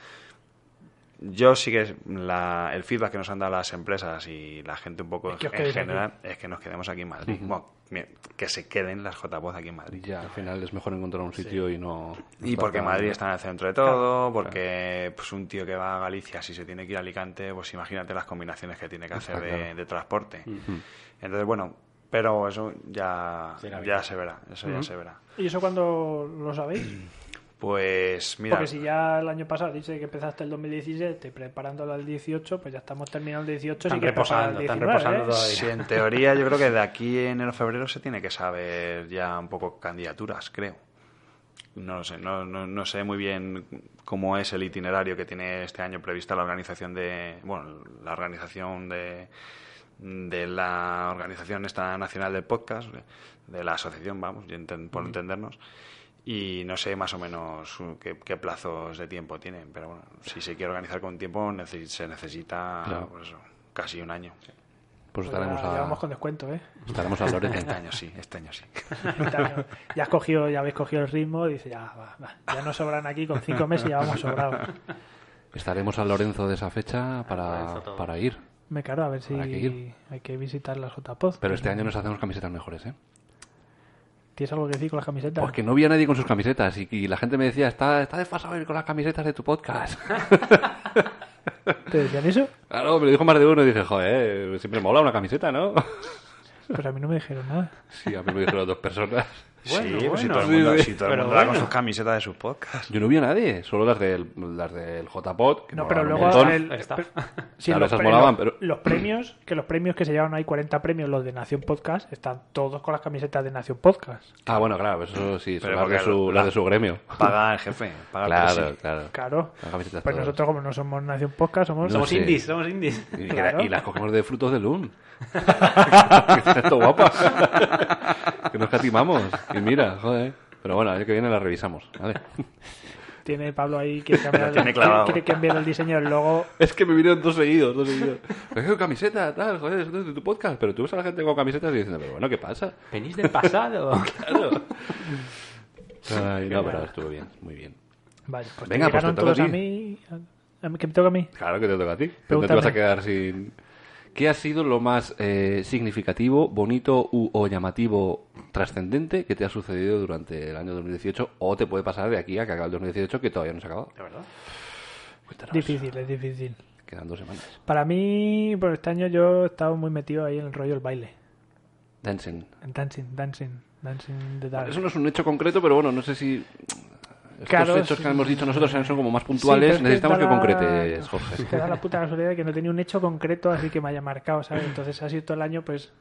S3: Yo sí que la- el feedback que nos han dado las empresas y la gente un poco
S2: Es que os
S3: en
S2: quedéis
S3: general es que nos quedemos aquí en Madrid. Bueno, bien, que se queden las JPOZ aquí en Madrid.
S1: Ya, al final es mejor encontrar un sitio y no...
S3: Y porque
S1: tratar-
S3: Madrid está en el centro de todo, porque pues, un tío que va a Galicia, si se tiene que ir a Alicante, pues imagínate las combinaciones que tiene que hacer de,
S1: claro.
S3: de transporte. Entonces, bueno, pero eso ya,
S4: Será bien.
S3: ya se verá, eso ya se verá.
S2: ¿Y eso cuándo lo sabéis?
S3: Pues mira,
S2: Porque si ya el año pasado dice que empezaste el 2017 preparándolo al 18, pues ya estamos terminando el 18 sí
S4: Están
S2: que
S4: reposando,
S2: preparando el
S4: están
S2: 19,
S4: reposando
S2: ¿eh?
S4: todavía.
S3: si en teoría yo creo que de aquí en enero febrero se tiene que saber ya un poco candidaturas, creo. No lo sé, no, no, no sé muy bien cómo es el itinerario que tiene este año prevista la organización de, bueno, la organización de, de la organización esta nacional del podcast, de la asociación, vamos, yo enten- por entendernos. Y no sé más o menos uh, qué, qué plazos de tiempo tienen, pero bueno, si se quiere organizar con tiempo necesi- se necesita
S1: Claro.
S3: pues eso, casi un año.
S1: Pues
S2: Pues
S1: estaremos
S2: ya, ya vamos
S1: a...
S2: con descuento, ¿eh?
S1: Estaremos a Lorenzo.
S3: Este año sí, este año sí.
S2: ya has cogido, ya habéis cogido el ritmo, dice ya, va, va, ya nos sobran aquí con cinco meses, ya vamos sobrados.
S1: Estaremos a Lorenzo de esa fecha para,
S4: Lorenzo todo.
S1: para ir.
S2: Me caro, a ver si
S1: Habrá que ir.
S2: hay que visitar las JPOZ.
S1: Pero este año nos hacemos camisetas mejores, ¿eh?
S2: ¿Tienes algo que decir con las camisetas?
S1: Porque no vi a nadie con sus camisetas y, y la gente me decía, está, está desfasado ir con las camisetas de tu podcast.
S2: ¿Te decían eso?
S1: Claro, me lo dijo más de uno y dije, joder, eh, siempre mola una camiseta, ¿no?
S2: Pues a mí no me dijeron nada.
S1: Sí, a mí me dijeron dos personas.
S3: sí,
S4: Bueno,
S3: pues si
S4: bueno.
S3: todo el mundo,
S1: Sí, sí.
S3: si todo el
S4: Pero
S3: mundo va con
S4: bueno.
S3: sus camisetas de sus podcasts.
S1: Yo no vi a nadie, solo las del, las del JPod. que
S2: No,
S1: molaban
S2: pero
S1: un
S2: luego
S1: montón.
S2: el-
S4: El staff.
S2: pero-
S1: Claro, esas
S2: pre-
S1: molaban, pero-
S2: los premios, que los premios que se llevan hay 40 premios, los de Nación Podcast, están todos con las camisetas de Nación Podcast.
S1: Ah, bueno, claro, eso sí, son
S3: Pero
S1: las de,
S3: porque
S1: su,
S3: la-
S1: las de su gremio.
S3: Paga el jefe, paga el
S1: Claro,
S3: presi.
S1: claro.
S2: Claro.
S1: Las camisetas
S2: Pues
S1: todas.
S2: nosotros como no somos Nación Podcast, somos...
S1: No
S4: somos
S1: sé.
S4: indies, somos indies.
S1: Y, que
S2: claro.
S1: la- y las cogemos de frutos de Loon. Esto guapa. que nos catimamos. Y mira, joder. Pero bueno, el año que viene la revisamos, ¿vale?
S2: Tiene Pablo ahí, quiere cambiar el,
S3: tiene clavado.
S2: quiere que envíe el diseño del logo.
S1: Es que me vinieron dos seguidos, dos seguidos. Me dijo camiseta, tal, joder, es de tu podcast. Pero tú ves a la gente con camisetas y diciendo, pero bueno, ¿qué pasa?
S4: Venís del pasado.
S1: Claro. Ay, no, pero estuvo bien, muy bien.
S2: Vale, pues
S1: Venga,
S2: te
S1: pues
S2: llegaron
S1: te toca
S2: todos a,
S1: a ti.
S2: mí, a- a mí- ¿Que me toca a mí?
S1: Claro que te toca a ti. Pero te vas a
S2: Pregúntame.
S1: quedar sin. ¿Qué ha sido lo más eh, significativo, bonito u, o llamativo, trascendente que te ha sucedido durante el año 2018 o te puede pasar de aquí a que acabe el 2018 que todavía no se ha acabado?
S4: De verdad.
S1: Cuéntanos.
S2: Difícil, es difícil.
S1: Quedan dos semanas.
S2: Para mí, por este año yo he estado muy metido ahí en el rollo del baile.
S1: Dancing.
S2: En dancing, dancing, dancing de
S1: Eso no es un hecho concreto, pero bueno, no sé si. Estos
S2: Claro,
S1: hechos que
S2: sí.
S1: hemos dicho nosotros son como más puntuales. Necesitamos que concretes, Jorge.
S2: Te da la puta casualidad de que no tenía un hecho concreto así que me haya marcado, ¿sabes? Entonces ha sido todo el año, pues,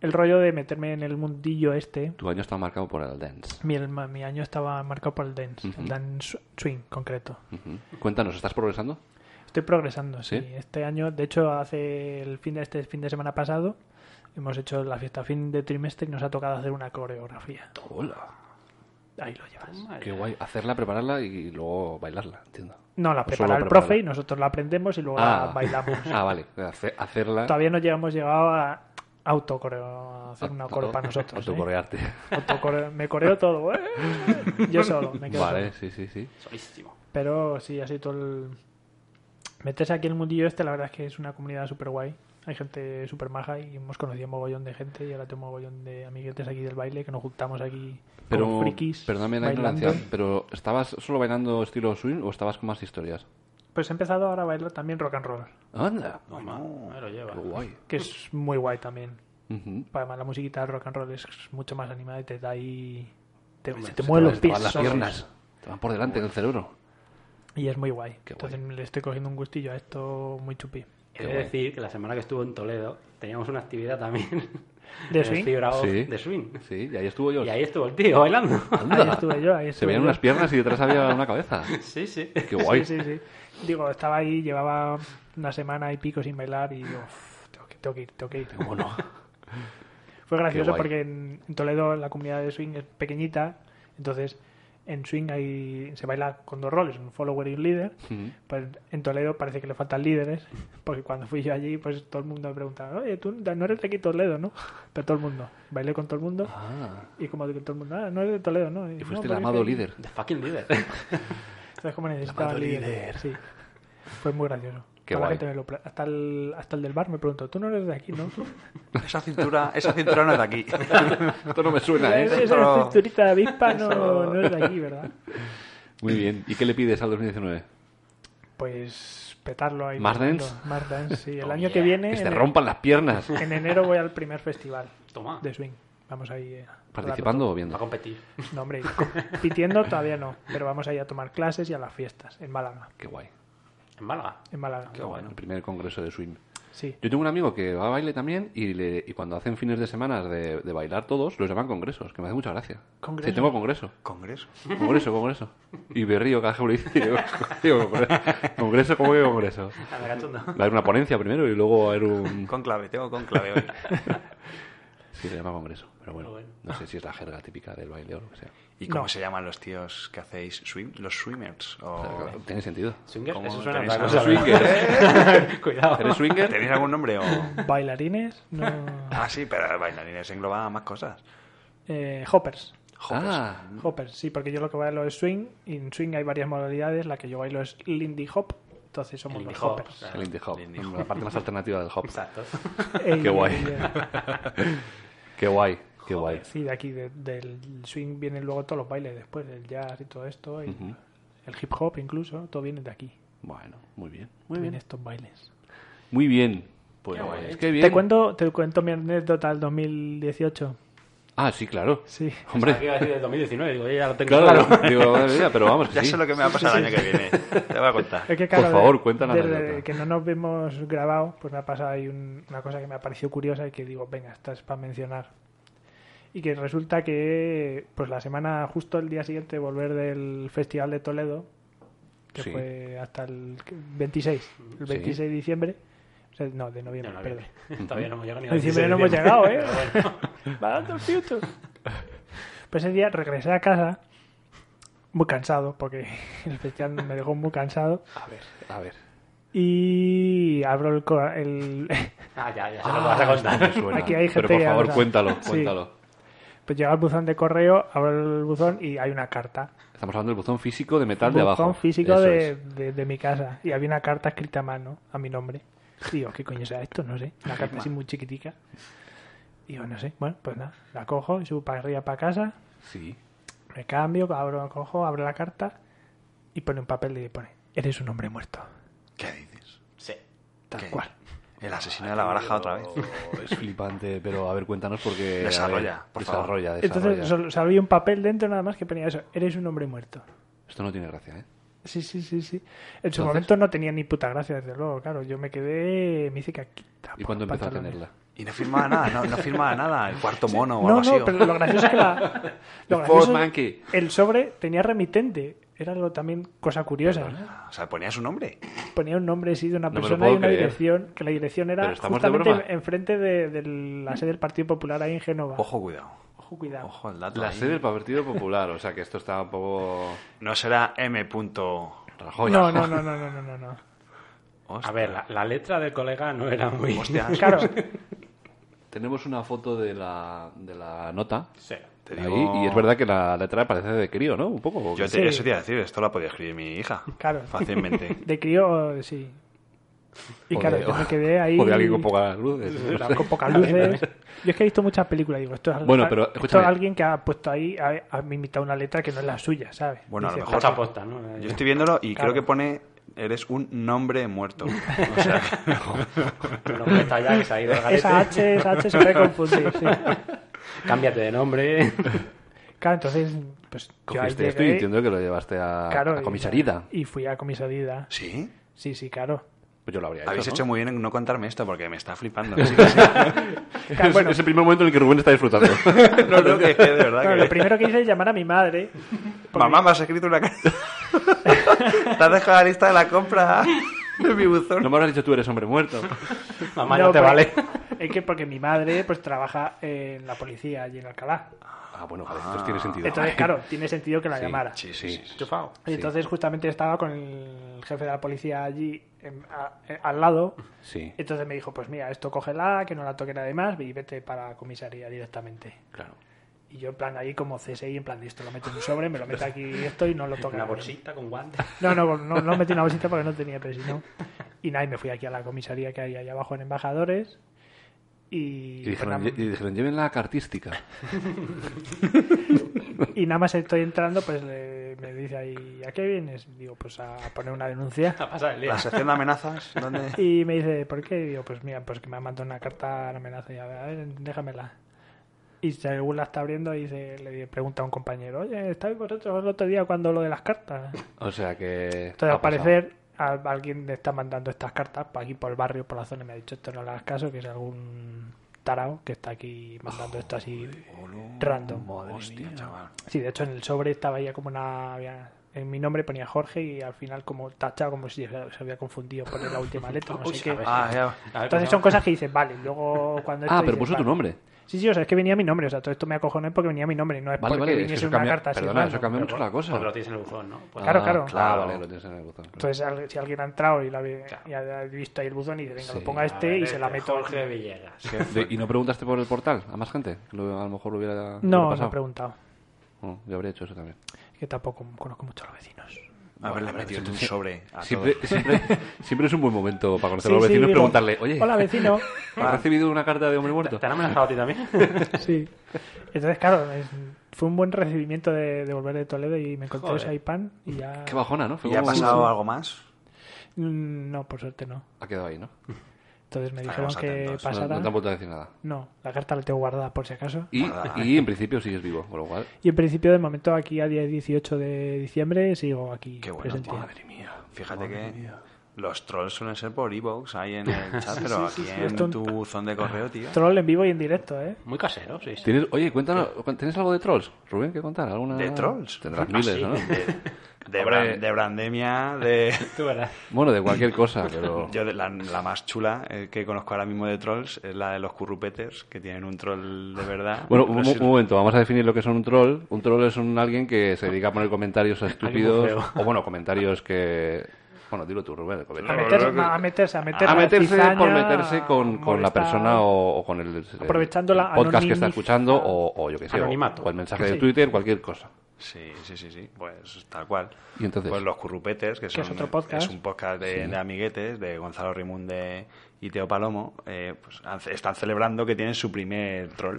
S2: el rollo de meterme en el mundillo este.
S1: Tu año está marcado por el dance.
S2: Mi, alma- mi año estaba marcado por el dance, el dance swing concreto.
S1: Ujú. Cuéntanos, ¿estás progresando?
S2: Estoy progresando, sí.
S1: ¿Sí?
S2: Este año, de hecho, hace el fin de este fin de semana pasado, hemos hecho la fiesta fin de trimestre y nos ha tocado hacer una coreografía.
S1: Hola.
S2: Ahí lo llevas.
S1: Qué guay. Hacerla, prepararla y luego bailarla, entiendo.
S2: No, la
S1: Pues Solo
S2: prepara el
S1: prepararla.
S2: profe y nosotros la aprendemos y luego la bailamos.
S1: Ah, vale. Hace- hacerla.
S2: Todavía no llevamos llegado a autocoreo, a hacer una
S1: Ah,
S2: coreo para nosotros. ¿eh?
S1: Autocorearte.
S2: Autocoreo- me coreo todo, ¿eh? yo solo, me quedo
S1: Vale,
S2: solo.
S1: sí, sí, sí.
S4: Solísimo.
S2: Pero sí, así todo el... Meterse aquí en el mundillo este, la verdad es que es una comunidad súper guay. Hay gente súper maja y hemos conocido un mogollón de gente y ahora tengo un mogollón de amiguetes aquí del baile que nos juntamos aquí
S1: Pero,
S2: como frikis
S1: perdóname la
S2: bailando.
S1: ignorancia, pero ¿estabas solo bailando estilo swing o estabas con más historias?
S2: Pues he empezado ahora a bailar también rock and roll,
S1: ¡Anda!
S4: Ahí lo lleva.
S1: ¡Qué guay!
S2: que es muy guay también.
S1: Ujú.
S2: Además, la musiquita del rock and roll es mucho más animada y te da ahí. Te, se te
S1: Se
S2: mueven
S1: van-
S2: los
S1: te
S2: pies.
S1: van las
S2: ¿sabes?
S1: piernas. Te van por delante en el cerebro.
S2: Y es muy guay.
S1: Qué guay.
S2: Entonces le estoy cogiendo un gustillo a esto muy chupi.
S4: He de
S1: guay.
S4: decir que la semana que estuvo en Toledo teníamos una actividad también
S2: ¿De
S4: en el
S2: swing?
S4: Fibra Off
S1: Sí.
S4: de swing.
S1: Sí, y ahí estuvo yo.
S4: Y ahí estuvo el tío bailando.
S1: ¡Anda!
S2: Ahí estuve yo, ahí
S1: Se
S2: estuve
S1: veían
S2: yo.
S1: unas piernas y detrás había una cabeza.
S4: sí, sí.
S1: ¡Qué guay!
S2: Sí, sí, sí. Digo, estaba ahí, llevaba una semana y pico sin bailar y digo, "Uf, tengo que, tengo que ir, tengo que ir.
S1: Bueno,
S2: Fue gracioso
S1: guay.
S2: porque en en Toledo la comunidad de swing es pequeñita, entonces en swing ahí se baila con dos roles, un follower y un líder.
S1: Ujú.
S2: Pues en Toledo parece que le faltan líderes, porque cuando fui yo allí, pues todo el mundo me preguntaba, oye, tú no eres de aquí Toledo, ¿no? Pero todo el mundo, bailé con todo el mundo
S1: Ah,
S2: y como que todo el mundo, ah, no eres de Toledo, ¿no?
S1: y
S2: "No,
S1: fuiste el
S2: pero es
S1: amado
S2: que-".
S1: líder.
S4: The fucking leader.
S2: Entonces como necesitaba
S1: amado
S2: líderes.
S1: líder.
S2: Sí, fue muy gracioso.
S1: Qué
S2: Toda la
S1: guay.
S2: gente me lo pre- hasta, el, hasta el del bar me preguntó, tú no eres de aquí, ¿no?
S3: Esa cintura, esa cintura no es de aquí.
S1: Esto no me suena,
S2: Esa
S1: ¿eh?
S2: esa
S3: Eso-
S2: cinturita de avispa no,
S3: eso-
S2: no es de aquí, ¿verdad?
S1: Muy bien. ¿Y qué le pides al 2019?
S2: Pues petarlo ahí.
S1: ¿Más
S2: petarlo.
S1: dance?
S2: Más dance, sí. El
S4: Oh,
S2: año
S4: yeah.
S2: que viene,
S1: Que se
S2: en, e-
S1: te rompan las piernas.
S2: en enero voy al primer festival
S4: Toma.
S2: de swing. Vamos ahí. eh, a darlo
S1: ¿Participando o
S4: Va a
S1: viendo?
S4: competir.
S2: No, hombre, compitiendo todavía no, pero vamos a ir a tomar clases y a las fiestas en Málaga.
S1: Qué guay.
S4: En Málaga.
S2: En Málaga.
S1: El primer congreso de swing.
S2: Sí.
S1: Yo tengo un amigo que va a baile también y, le- y cuando hacen fines de semana de, de bailar todos, los llaman congresos, que me hace mucha gracia.
S2: ¿Congreso?
S1: Sí, tengo congreso.
S3: Congreso.
S1: Congreso, congreso. Y me río cada vez que me lo dice. Digo, digo, congreso. congreso, ¿cómo que congreso?
S4: Ah, me cachondo.
S1: Va a haber una ponencia primero y luego va a haber un...
S3: Conclave, tengo conclave hoy.
S1: Sí, se llama congreso. Pero bueno,
S4: Pero bueno.
S1: no sé si es la jerga típica del baile o lo que sea.
S3: ¿Y cómo
S2: No.
S3: se llaman los tíos que hacéis swim? Los swimmers.
S1: O sea,
S3: O...
S1: claro, Tiene sentido.
S4: Swingers,
S3: ¿Cómo
S4: eso suena a
S3: tenéis
S4: otra
S3: a
S4: cosa.
S3: los
S4: ¿verdad? Cuidado.
S1: ¿Eres swinger?
S3: ¿Tenéis algún nombre o...?
S2: Bailarines, no.
S3: Ah, sí, pero bailarines englobaban más cosas.
S2: Eh, hoppers.
S3: Joder,
S1: Ah,
S2: Hoppers, sí, porque yo lo que bailo es swing y en swing hay varias modalidades. La que yo bailo es Lindy Hop, entonces somos
S4: Lindy
S2: los
S4: hop,
S2: hoppers.
S4: claro.
S1: el indie hop.
S3: Lindy hop.
S1: La parte más alternativa del hop.
S4: Exacto.
S2: Ey,
S1: Qué guay.
S2: eh,
S1: Qué guay, qué guay.
S2: Sí, de aquí, de- del swing vienen luego todos los bailes después, el jazz y todo esto, y
S1: Ujú.
S2: el hip hop incluso, todo viene de aquí,
S1: Bueno, muy bien. Muy
S2: vienen
S1: bien.
S2: estos bailes.
S1: Muy bien. Pues,
S4: Qué guay.
S1: es que bien.
S2: Te cuento, te cuento mi anécdota del 2018.
S1: Ah, sí, claro.
S2: Sí.
S1: Hombre,
S4: Pensaba que iba a decir del 2019. Digo, yo ya lo tengo
S1: Claro,
S4: claro.
S1: digo, madre mía, pero vamos, que
S3: ya
S1: sí.
S3: sé lo que me va a pasar el año que viene. Te voy a contar.
S2: Es que, claro,
S1: Por
S2: de-
S1: favor, cuenta la
S2: desde
S1: anécdota.
S2: que no nos vemos grabado, pues me ha pasado ahí un- una cosa que me ha parecido curiosa y que digo, venga, esta es para mencionar. Y que resulta que, pues la semana, justo el día siguiente, de volver del Festival de Toledo, que
S1: Sí.
S2: fue hasta el 26, el 26 de diciembre, o sea, no, de noviembre,
S4: No, no,
S2: perdón.
S4: Todavía no hemos llegado ni
S2: En
S4: al
S2: diciembre no
S4: 16
S2: hemos
S4: de
S2: llegado, ¿eh?
S4: diciembre. Pero bueno.
S2: Va dando el fiuto. Pues ese día regresé a casa muy cansado, porque el festival me dejó muy cansado.
S1: A ver, a ver.
S2: Y abro el. co- el-
S4: Ah, ya, ya se lo vas a
S1: Me
S4: contar.
S1: suena.
S2: Aquí hay gente
S1: Pero por
S2: que ya
S1: favor,
S2: lo sabe.
S1: cuéntalo,
S2: Sí.
S1: cuéntalo.
S2: pues llega al buzón de correo, abro el buzón y hay una carta.
S1: Estamos hablando del buzón físico de metal
S2: Un
S1: de
S2: buzón
S1: abajo.
S2: físico
S1: Eso
S2: de,
S1: es.
S2: de- de mi casa. Y había una carta escrita a mano, a mi nombre. Y digo, ¿qué coño será esto? No sé. Una carta así muy chiquitica. Y digo, no sé. Bueno, pues nada. La cojo, subo para arriba para casa,
S1: Sí.
S2: me cambio, abro, cojo, abro la carta y pone un papel y pone, eres un hombre muerto.
S3: ¿Qué dices?
S4: Sí.
S3: Tal
S2: cual.
S3: El asesino de la baraja otra vez.
S1: Oh, es flipante, pero a ver, cuéntanos porque... a
S3: Desarrolla,
S1: ver,
S3: por favor.
S1: desarrolla, desarrolla.
S2: Entonces solo, solo había un papel dentro nada más que ponía eso, eres un hombre muerto.
S1: Esto no tiene gracia, ¿eh?
S2: Sí, sí, sí, sí. En su
S1: Entonces-
S2: momento no tenía ni puta gracia, desde luego, claro. Yo me quedé, me hice caquita.
S1: ¿Y
S2: por
S1: cuándo
S2: los
S1: empezó a
S2: pantalones.
S1: tenerla?
S3: Y no firmaba nada, no, no firmaba nada. El cuarto mono o
S2: No,
S3: algo así.
S2: no,
S3: o-
S2: pero lo gracioso es que la...
S1: The
S2: lo
S1: Fourth
S2: gracioso es-
S1: Monkey.
S2: el sobre tenía remitente. Era algo también cosa curiosa.
S3: O sea, ponía su nombre.
S2: Ponía un nombre así de una
S1: No me lo
S2: persona y
S1: puedo
S2: una
S1: creer.
S2: dirección, que la dirección era
S1: Pero estamos de
S2: justamente
S1: broma.
S2: enfrente de, de la sede del Partido Popular ahí en Génova.
S3: Ojo, cuidado.
S2: Ojo, cuidado.
S3: Ojo al dato.
S1: La
S3: ahí.
S1: sede del Partido Popular, o sea que esto está un poco...
S3: No será M.
S1: Rajoy.
S2: no, no, no, no, no, no, no, no.
S4: A ver, la, la letra del colega no era muy...
S3: Hostia.
S2: Claro,
S1: Tenemos una foto de la, de la nota.
S4: Sí.
S3: Te
S1: ahí,
S3: digo-
S1: y es verdad que la letra parece de crío, ¿no? Un poco. ¿o
S3: Yo
S1: qué?
S3: te, Eso te iba a decir, esto la podía escribir mi hija.
S2: Claro.
S3: Fácilmente.
S2: de crío, sí. Y
S1: O
S2: claro,
S1: de-
S2: yo me quedé ahí
S1: O de alguien con pocas luces.
S2: con pocas luces. Yo es que he visto muchas películas, digo, esto es,
S1: Bueno, pero,
S2: esto es
S1: escúchame.
S2: alguien que ha puesto ahí, ha, ha imitado una letra que no es la suya, ¿sabes?
S3: Bueno, a lo
S2: Dice,
S3: mejor-
S4: Posta a posta, ¿no?
S3: Yo estoy viéndolo y
S2: Claro.
S3: creo que pone eres un nombre muerto. O sea,
S4: No me está ya que se ha ido el garete.
S2: Esa H, esa H se puede confundir, sí.
S4: Cámbiate de nombre.
S2: Claro, entonces, pues yo ahí
S1: Cogiste esto y
S2: llegué,
S1: entiendo que lo llevaste a,
S2: claro,
S1: a
S2: y-
S1: comisaría.
S2: Y, fui a comisaría.
S3: ¿Sí?
S2: Sí, sí, claro.
S1: Pues yo lo habría
S3: Habéis
S1: hecho. ¿no?
S3: hecho muy bien en no contarme esto porque me está flipando. Sí,
S1: Es-
S2: bueno.
S1: Es el primer momento en el que Rubén está disfrutando.
S3: No, no, que, que de verdad
S2: Claro,
S3: que-
S2: lo primero que hice es llamar a mi madre. porque-
S3: Mamá, me has escrito una carta. Te has dejado la lista de la compra de mi buzón.
S1: no me habrás dicho tú eres hombre muerto.
S4: Mamá, no, te
S2: pero-
S4: vale.
S2: Es que porque mi madre pues trabaja en la policía allí en Alcalá.
S1: Ah, bueno, vale, entonces tiene sentido.
S2: Entonces,
S4: eh.
S2: claro, tiene sentido que la
S1: Sí,
S2: llamara.
S3: Sí, sí, sí.
S4: Chufao.
S2: Y entonces justamente estaba con el jefe de la policía allí em, a- eh, al lado.
S1: Sí,
S2: Entonces me dijo, pues mira, esto cógela, que no la toque nadie más y vete para la comisaría directamente.
S1: claro.
S2: Y yo en plan ahí como CSI, en plan de esto, lo meto en un sobre, me lo meto aquí esto y no lo toca
S4: Una
S2: nadie".
S4: bolsita con guantes.
S2: No, no, no, no metí una bolsita porque no tenía presino. Y nada, y me fui aquí a la comisaría que hay allá abajo en Embajadores. Y,
S1: Y dijeron,
S2: pues,
S1: "Lle- y dijeron, lleven la cartística.
S2: Y nada más estoy entrando, pues le- me dice ahí, ¿a qué vienes? Digo, pues a poner una denuncia.
S4: A pasar el día.
S3: La sección de amenazas, ¿dónde?
S2: Y me dice, ¿por qué? Digo, pues mira, pues que me ha mandado una carta de amenaza. Y a ver, a ver, déjamela. Y según la está abriendo, dice, le pregunta a un compañero, oye, ¿estáis vosotros el otro día cuando lo de las cartas?
S1: O sea que.
S2: Entonces,
S1: ha pasado.
S2: al parecer, al- alguien le está mandando estas cartas por aquí, por el barrio, por la zona, y me ha dicho, esto no le hagas caso, que es algún tarao que está aquí mandando esto así random.
S3: Hostia, chaval.
S2: Sí, de hecho en el sobre estaba ya como una... había- en mi nombre ponía Jorge y al final como tachado, como si se se había confundido poner la última letra, no
S4: Uy,
S2: sé qué.
S4: a ver.
S3: Ah, ya.
S4: A ver,
S1: pues
S2: Entonces son
S4: ¿cómo
S2: cosas que dices, vale, luego cuando...
S1: Ah,
S2: esto
S1: pero
S2: dices,
S1: puso tu
S2: vale.
S1: nombre.
S2: Sí, sí, o sea, es que venía mi nombre, o sea, todo esto me acojoné porque venía mi nombre, no es
S1: Vale,
S2: porque
S1: vale. Es que
S2: viniese
S1: eso
S2: una
S1: cambia,
S2: carta así
S1: perdona, eso
S2: random.
S1: cambia mucho
S4: se-
S1: la cosa.
S4: Porque lo tienes en el buzón, ¿no? Pues-
S2: Claro,
S1: Ah,
S2: claro.
S1: Ah, vale, lo tienes en el botón.
S2: Entonces, al- si alguien ha entrado y, lo había-
S4: Claro.
S2: y ha visto ahí el buzón y dice, venga,
S1: Sí. eh,
S2: lo ponga
S4: A
S2: este
S4: ver,
S2: y se la
S4: este,
S2: meto.
S4: Jorge Villegas.
S1: De- ¿Y no preguntaste por el portal a más gente? Que lo- a lo mejor lo hubiera. lo hubiera
S2: No, no
S1: pasado.
S2: he preguntado.
S1: Oh, yo habría hecho eso también.
S2: Es que tampoco conozco mucho a los vecinos.
S3: Haberle metido en un sobre a
S1: Siempre,
S3: todos.
S1: siempre, siempre es un buen momento para conocer
S2: Sí,
S1: a los
S2: sí,
S1: vecinos y
S2: digo,
S1: preguntarle, oye,
S2: Hola, vecino.
S1: ¿has recibido una carta de hombre muerto?
S4: ¿Te han amenazado a ti también?
S2: Sí. Entonces, claro, es- fue un buen recibimiento de, de volver de Toledo y me encontré
S4: Joder.
S2: ese iPad y ya...
S1: Qué bajona, ¿no? Fue
S2: Uh.
S3: ¿Y ha
S1: como-
S3: pasado algo más?
S2: Mm, No, por suerte no.
S1: Ha quedado ahí, ¿no?
S2: Entonces me dijeron
S3: Estaremos
S2: que
S3: atentos.
S1: No,
S2: pasara...
S1: no
S2: No,
S1: te han vuelto a decir nada.
S2: la carta la tengo guardada por si acaso.
S1: Y,
S3: Nada.
S1: y en principio sigues vivo, con lo cual.
S2: Y en principio, de momento, aquí a día 18 de diciembre sigo aquí
S3: Qué bueno,
S2: presente.
S3: madre mía. Fíjate que los trolls suelen ser por Evox ahí en el chat,
S2: sí,
S3: pero
S2: sí,
S3: aquí
S2: sí,
S3: en
S2: esto un-
S3: tu buzón de correo, tío.
S2: Troll en vivo y en directo, ¿eh?
S4: Muy casero, sí. sí.
S1: ¿Tienes, oye, cuéntanos, ¿tienes algo de trolls? Rubén, ¿qué contar? ¿Alguna...
S3: ¿De trolls?
S1: Tendrás
S4: Ah,
S1: miles,
S4: sí.
S1: ¿no?
S3: De,
S1: Hombre.
S3: bran- de brandemia, de...
S4: Tú verás.
S1: Bueno, de cualquier cosa, pero.
S3: Yo de la, la más chula eh, que conozco ahora mismo de trolls es la de los currupeters, que tienen un troll de verdad.
S1: Bueno,
S3: Pero
S1: un,
S3: sí-
S1: un momento, vamos a definir lo que es un troll. Un troll es un alguien que se dedica a poner comentarios
S4: Alguien muy
S1: estúpidos.
S4: feo.
S1: O bueno, comentarios que. Bueno, dilo tú, Rubén. el
S2: A,
S1: comentario.
S2: meter- a meterse, a meterse.
S1: A meterse
S2: cizaña,
S1: por meterse con, con la
S2: molestar.
S1: persona o, o con el, el
S2: Aprovechando la
S1: podcast que está
S2: anonimiz-
S1: escuchando o, o yo qué sé, o-
S4: Anonimato.
S1: o el mensaje de
S2: Sí.
S1: Twitter, cualquier cosa.
S3: Sí, sí, sí, sí. Pues tal cual.
S1: ¿Y entonces?
S3: Pues los currupeters, que son,
S2: es otro podcast.
S3: es un podcast de, de amiguetes, de Gonzalo Rimunde y Teo Palomo, eh, pues han- están celebrando que tienen su primer troll.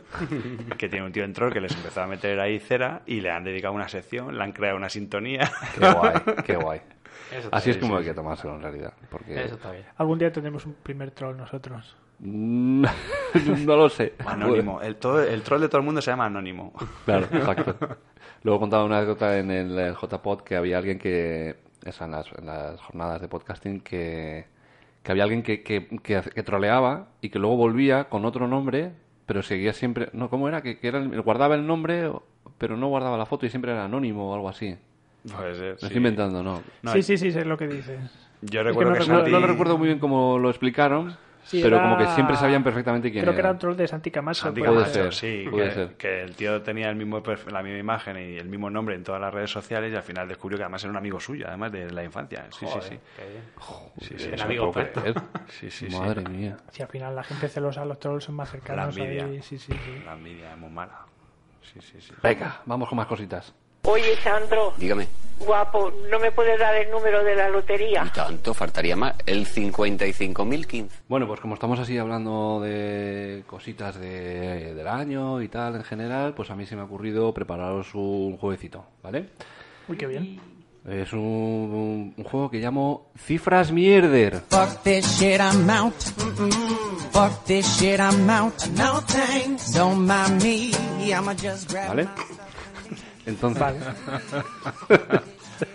S3: que tiene un tío en troll que les empezó a meter ahí cera y le han dedicado una sección, le han creado una sintonía.
S1: Qué guay, qué guay.
S4: Eso está
S1: Así es
S4: bien,
S1: como
S4: sí,
S1: hay que tomárselo en realidad. Porque...
S4: sí. Eso está bien.
S2: Algún día tendremos un primer troll nosotros.
S1: Mm, no lo sé.
S3: Anónimo. El, todo, el troll de todo el mundo se llama Anónimo.
S1: Claro, exacto. Luego contaba una anécdota en el eh, JPod que había alguien que, eso, en, las, en las jornadas de podcasting, que, que había alguien que, que, que hace- que troleaba y que luego volvía con otro nombre, pero seguía siempre, no, ¿cómo era? Que, que era el- guardaba el nombre, o- pero no guardaba la foto y siempre era anónimo o algo así. Me
S3: Puede ser, sí.
S1: estoy inventando, ¿no.
S3: No,
S2: sí, sí, sí, sé lo que dices.
S3: Yo
S2: que
S3: recuerdo
S2: no
S3: que,
S2: recuerdo-
S1: No,
S3: Santi-
S1: no lo recuerdo muy bien cómo lo explicaron,
S2: Sí,
S1: pero
S2: era-
S1: como que siempre sabían perfectamente quién
S2: Creo que
S1: era.
S2: era un troll de Santi Camacho.
S3: Santi
S2: Ah, puede
S1: Camacho.
S2: ser.
S1: ser,
S3: sí,
S1: puede
S3: que,
S1: ser.
S3: que el tío tenía el mismo perfil- la misma imagen y el mismo nombre en todas las redes sociales y al final descubrió que además era un amigo suyo, además de la infancia. Sí,
S4: Joder,
S3: sí, sí.
S4: qué bien.
S3: Sí,
S1: Joder,
S3: sí,
S1: eso
S4: el
S1: no puedo
S4: amigo perfecto.
S1: creer.
S3: Sí, sí, sí.
S1: Madre mía.
S2: Si al final la gente celosa, los trolls son más cercanos.
S3: La envidia.
S2: ahí, sí, sí, sí.
S3: La envidia es muy mala. Sí, sí, sí.
S1: Venga, vamos con más cositas.
S6: Oye, Sandro,
S7: Dígame,
S6: guapo, ¿no me puedes dar el número de la
S7: y
S6: lotería?
S7: tanto faltaría más, el 55.015.
S1: Bueno, pues como estamos así hablando de cositas de, del año y tal en general, pues a mí se me ha ocurrido prepararos un jueguecito, ¿vale?
S2: Uy, qué bien.
S1: Es un, un juego que llamo Cifras Mierder.
S8: Fuck this shit, I'm out. Fuck this shit, I'm out. No thanks. Don't mind me, I'ma just grab
S1: ¿Vale?
S8: my-
S1: Entonces,
S2: Vale.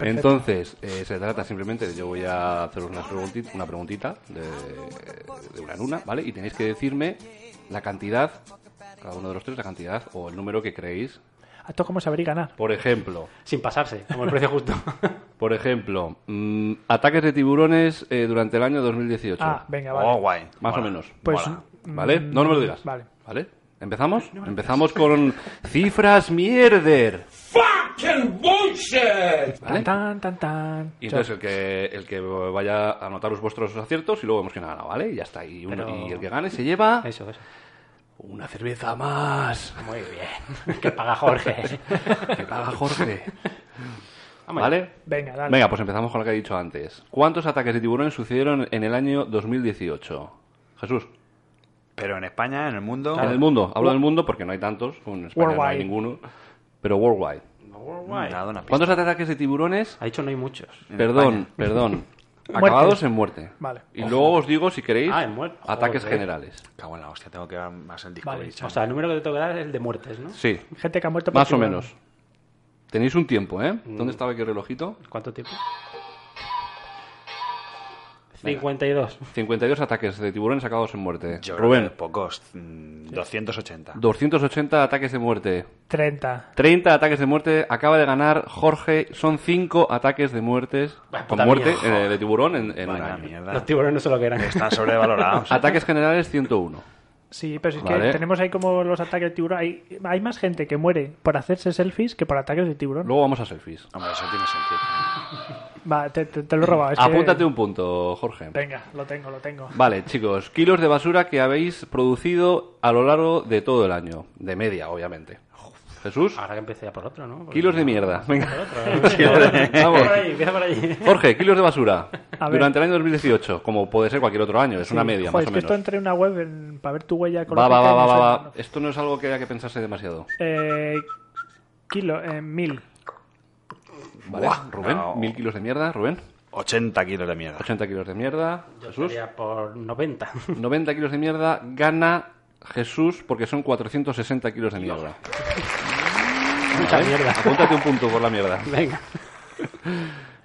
S1: entonces eh, se trata simplemente de yo voy a hacer una preguntita, una preguntita de, de una en una, ¿vale? Y tenéis que decirme la cantidad, cada uno de los tres, la cantidad o el número que creéis.
S2: ¿A esto cómo saber y ganar?
S1: Por ejemplo,
S4: Sin pasarse, como el precio justo.
S1: por ejemplo, mm, ataques de tiburones eh, durante el año 2018.
S2: Ah, venga, vale.
S3: Oh, guay.
S1: Más
S3: Mola.
S1: o menos.
S2: Pues,
S3: Mola.
S1: ¿Vale? No, no me lo digas.
S2: Vale.
S1: ¿Vale? ¿Empezamos? Empezamos con cifras mierder. ¿Vale?
S2: Tan, tan, tan.
S1: Y entonces el que, el que vaya a anotaros vuestros aciertos y luego vemos quién ha ganado, ¿vale? Y ya está. Y, uno-
S4: Pero-
S1: y el que gane se lleva
S4: Eso, eso.
S1: una cerveza más.
S4: Muy bien. Que paga Jorge.
S1: Que paga Jorge. ¿Vale?
S2: Venga, dale.
S1: Venga, pues empezamos con lo que he dicho antes. ¿Cuántos ataques de tiburones sucedieron en el año 2018? Jesús.
S3: Pero en España, en el mundo.
S1: En el mundo. Hablo del mundo porque no hay tantos. En España no hay
S2: Worldwide.
S1: ninguno. Pero worldwide.
S3: Me ha dado una pista.
S1: ¿Cuántos ataques de tiburones?
S4: Ha dicho no hay muchos.
S1: Perdón, perdón. Acabados
S2: Muertes.
S1: en muerte.
S2: Vale.
S1: Y luego os digo, si queréis,
S4: Ah, en muerte.
S1: ataques
S4: Joder.
S1: generales.
S3: Cago en la hostia, tengo que ver más el Discovery
S2: Vale,
S4: O
S3: Channel.
S4: sea, el número que te tengo que dar es el de muertes, ¿no?
S1: Sí,
S2: Gente que ha muerto por
S1: más o
S2: tiburón.
S1: menos. Tenéis un tiempo, ¿eh? ¿Dónde estaba aquí el relojito?
S4: ¿Cuánto tiempo? 52.
S1: 52 ataques de tiburones acabados en muerte.
S3: Yo creo
S1: Rubén,
S3: que pocos. mm, 280.
S1: 280 ataques de muerte.
S2: 30.
S1: 30 ataques de muerte. Acaba de ganar Jorge. Son 5 ataques de muertes.
S4: Vaya
S1: Con
S4: puta
S1: muerte
S4: mierda.
S1: eh, de tiburón en, en un
S3: Vaya
S1: año.
S3: mierda.
S4: Los tiburones no sé lo que eran.
S3: Están sobrevalorados.
S1: Pues Ataques generales 101.
S2: Sí, pero es
S1: Vale.
S2: que tenemos ahí como los ataques de tiburón. Hay, hay más gente que muere por hacerse selfies que por ataques de tiburón.
S1: Luego vamos a selfies.
S3: Hombre, eso tiene sentido.
S2: Va, te, te- te lo he robado. es que-
S1: Apúntate un punto, Jorge.
S2: Venga, lo tengo, lo tengo.
S1: Vale, chicos, kilos de basura que habéis producido a lo largo de todo el año. De media, obviamente. Jesús,
S2: Ah,
S4: Ahora que empecé ya por otro, ¿no? Porque-
S1: kilos de mierda.
S4: Por
S1: Venga.
S4: otro.
S1: Vamos.
S4: Por ahí, empieza por ahí.
S1: Jorge, kilos de basura.
S2: A ver.
S1: Durante el año 2018, como puede ser cualquier otro año, es una
S2: Sí.
S1: media,
S2: Joder,
S1: más o
S2: es que
S1: menos.
S2: esto entré en una web en- para ver tu huella
S1: Va,
S2: ecológica.
S1: va, va,
S2: y
S1: va,
S2: no
S1: va,
S2: sé-
S1: va. Esto no es algo que haya que pensarse demasiado.
S2: Eh, kilo, eh, mil.
S1: ¿Vale? Rubén,
S3: no.
S1: mil kilos de mierda. Rubén,
S3: 80 kilos de mierda.
S1: 80 kilos de mierda.
S4: Yo
S1: Jesús,
S4: estaría por 90.
S1: 90 kilos de mierda. Gana Jesús porque son 460 kilos de mierda.
S4: Mucha mierda.
S1: Apúntate un punto por la mierda.
S4: Venga.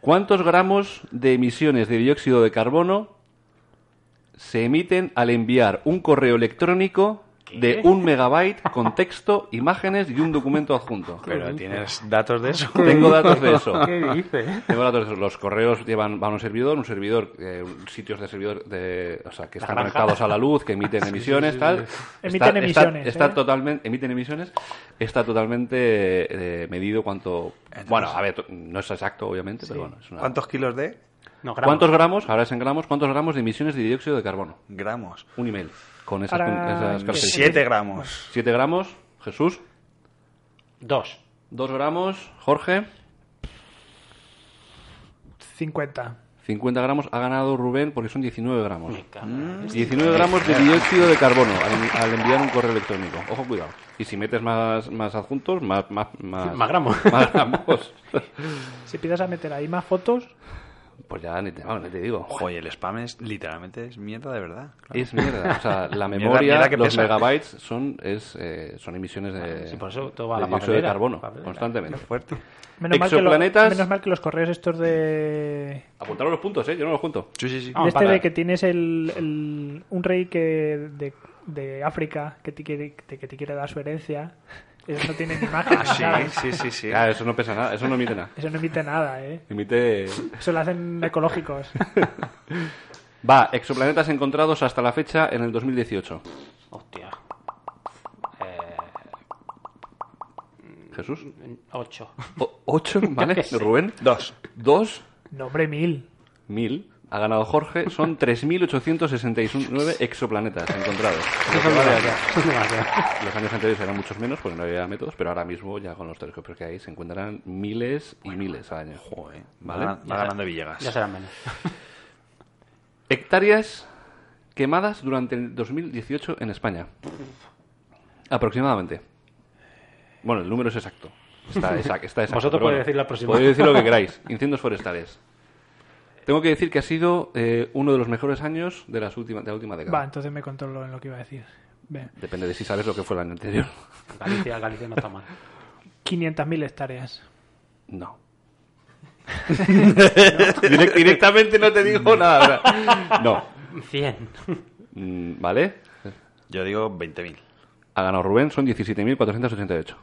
S1: ¿Cuántos gramos de emisiones de dióxido de carbono se emiten al enviar un correo electrónico de un megabyte con texto, imágenes y un documento adjunto?
S3: Pero tienes datos de eso.
S1: Tengo datos de eso.
S4: dices?
S1: Tengo datos de eso. Los correos llevan van a un servidor, un servidor, eh, sitios de servidor, de, o sea, que están
S4: granja.
S1: conectados a la luz, que emiten emisiones, tal.
S2: Emiten emisiones,
S1: Está,
S2: ¿eh?
S1: totalmente, emiten emisiones. Está totalmente eh, medido cuánto. bueno, a ver, to- no es exacto, obviamente, pero bueno, es una.
S3: ¿Cuántos kilos de
S4: No, gramos.
S1: ¿Cuántos gramos? Ahora es en gramos. ¿Cuántos gramos de emisiones de dióxido de carbono?
S3: gramos?
S1: Un email. Con esas,
S2: Ahora,
S1: con esas
S2: ¿qué?
S1: características.
S3: 7 gramos.
S1: 7 gramos, Jesús.
S4: Dos.
S1: 2 gramos, Jorge.
S2: 50.
S1: 50 gramos ha ganado Rubén porque son 19 gramos.
S4: Me cago en-
S1: 19 gramos de dióxido de carbono al, al enviar un correo electrónico. Ojo, cuidado. Y si metes más, más adjuntos, más, más, más,
S4: Más gramos.
S1: más gramos.
S2: Si empiezas a meter ahí más fotos,
S1: Pues ya ni te, vamos, ni te digo.
S3: Oye, el spam es literalmente es mierda de verdad.
S1: Es mierda. O sea, la
S3: Mierda,
S1: memoria,
S3: mierda que
S1: los
S3: pesa.
S1: megabytes son, es, eh, son emisiones de,
S4: Sí, por eso todo va a
S1: de
S4: la
S1: dióxido de
S4: papelera,
S1: carbono
S4: papelera.
S1: constantemente.
S3: Fuerte.
S2: menos mal, que lo-
S1: Exoplanetas.
S2: menos mal que los correos estos de.
S1: Apuntaros los puntos, ¿eh? Yo no los cuento.
S3: Sí, sí, sí.
S4: Ah,
S2: de este
S4: para.
S2: de que tienes el, el- un rey que de, de África que te, quiere, que te- que te quiere dar su herencia. Eso no tiene ni imagen.
S3: Ah, sí,
S2: ¿sabes?
S3: sí, sí, sí.
S1: Claro, eso no pesa nada, eso no emite nada.
S2: Eso no emite nada, ¿eh?
S1: Emite...
S2: Eso lo hacen ecológicos.
S1: Va, exoplanetas encontrados hasta la fecha en el 2018.
S4: Hostia.
S1: Jesús.
S4: 8.
S1: O- ¿Ocho? ¿Vale?
S4: qué sé.
S1: Rubén.
S3: Dos.
S1: Dos.
S2: No, hombre, mil.
S1: Mil. Ha ganado Jorge. Son 3.869 exoplanetas encontrados.
S4: Son demasiados, son demasiados.
S1: Los años anteriores eran muchos menos porque no había métodos, pero ahora mismo ya con los telescopios que hay se encuentran miles y miles al año.
S3: Joder,
S1: ¿Vale?
S3: va, va ganando Villegas.
S4: Ya serán menos.
S1: Hectáreas quemadas durante el 2018 en España. Aproximadamente. Bueno, el número es exacto. Está, exacto, está exacto.
S4: Vosotros
S1: pero
S4: podéis decir la próxima.
S1: Podéis decir lo que queráis. Incendios forestales. Tengo que decir que ha sido eh, uno de los mejores años de, las últimas, de la última década.
S2: Va, entonces me controlo en lo que iba a decir. Ven.
S1: Depende de si sabes lo que fue el año anterior.
S4: Galicia, Galicia no está mal.
S2: 500.000 hectáreas.
S1: No. Direct- directamente no te digo nada. No.
S4: 100.
S1: Mm, ¿Vale?
S3: Yo digo 20.000.
S1: Ha ganado Rubén, son 17.488.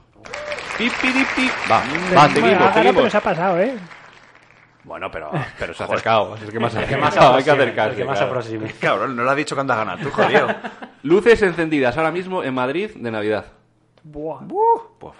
S1: Pi, pi, di, pi. Va, va,
S2: Bueno, ha
S1: seguimos,
S2: ganado, pero
S1: seguimos.
S2: se ha pasado, ¿eh?
S1: Bueno, pero, pero se ha acercado. Es que más
S4: El que más
S1: acercado, hay que
S4: aproxime,
S1: acercarse.
S4: el que más
S1: claro.
S4: aproxime.
S3: Cabrón, no lo has dicho cuánto has ganado tú, jodido.
S1: Luces encendidas ahora mismo en Madrid de Navidad.
S2: Buah.
S3: Puf.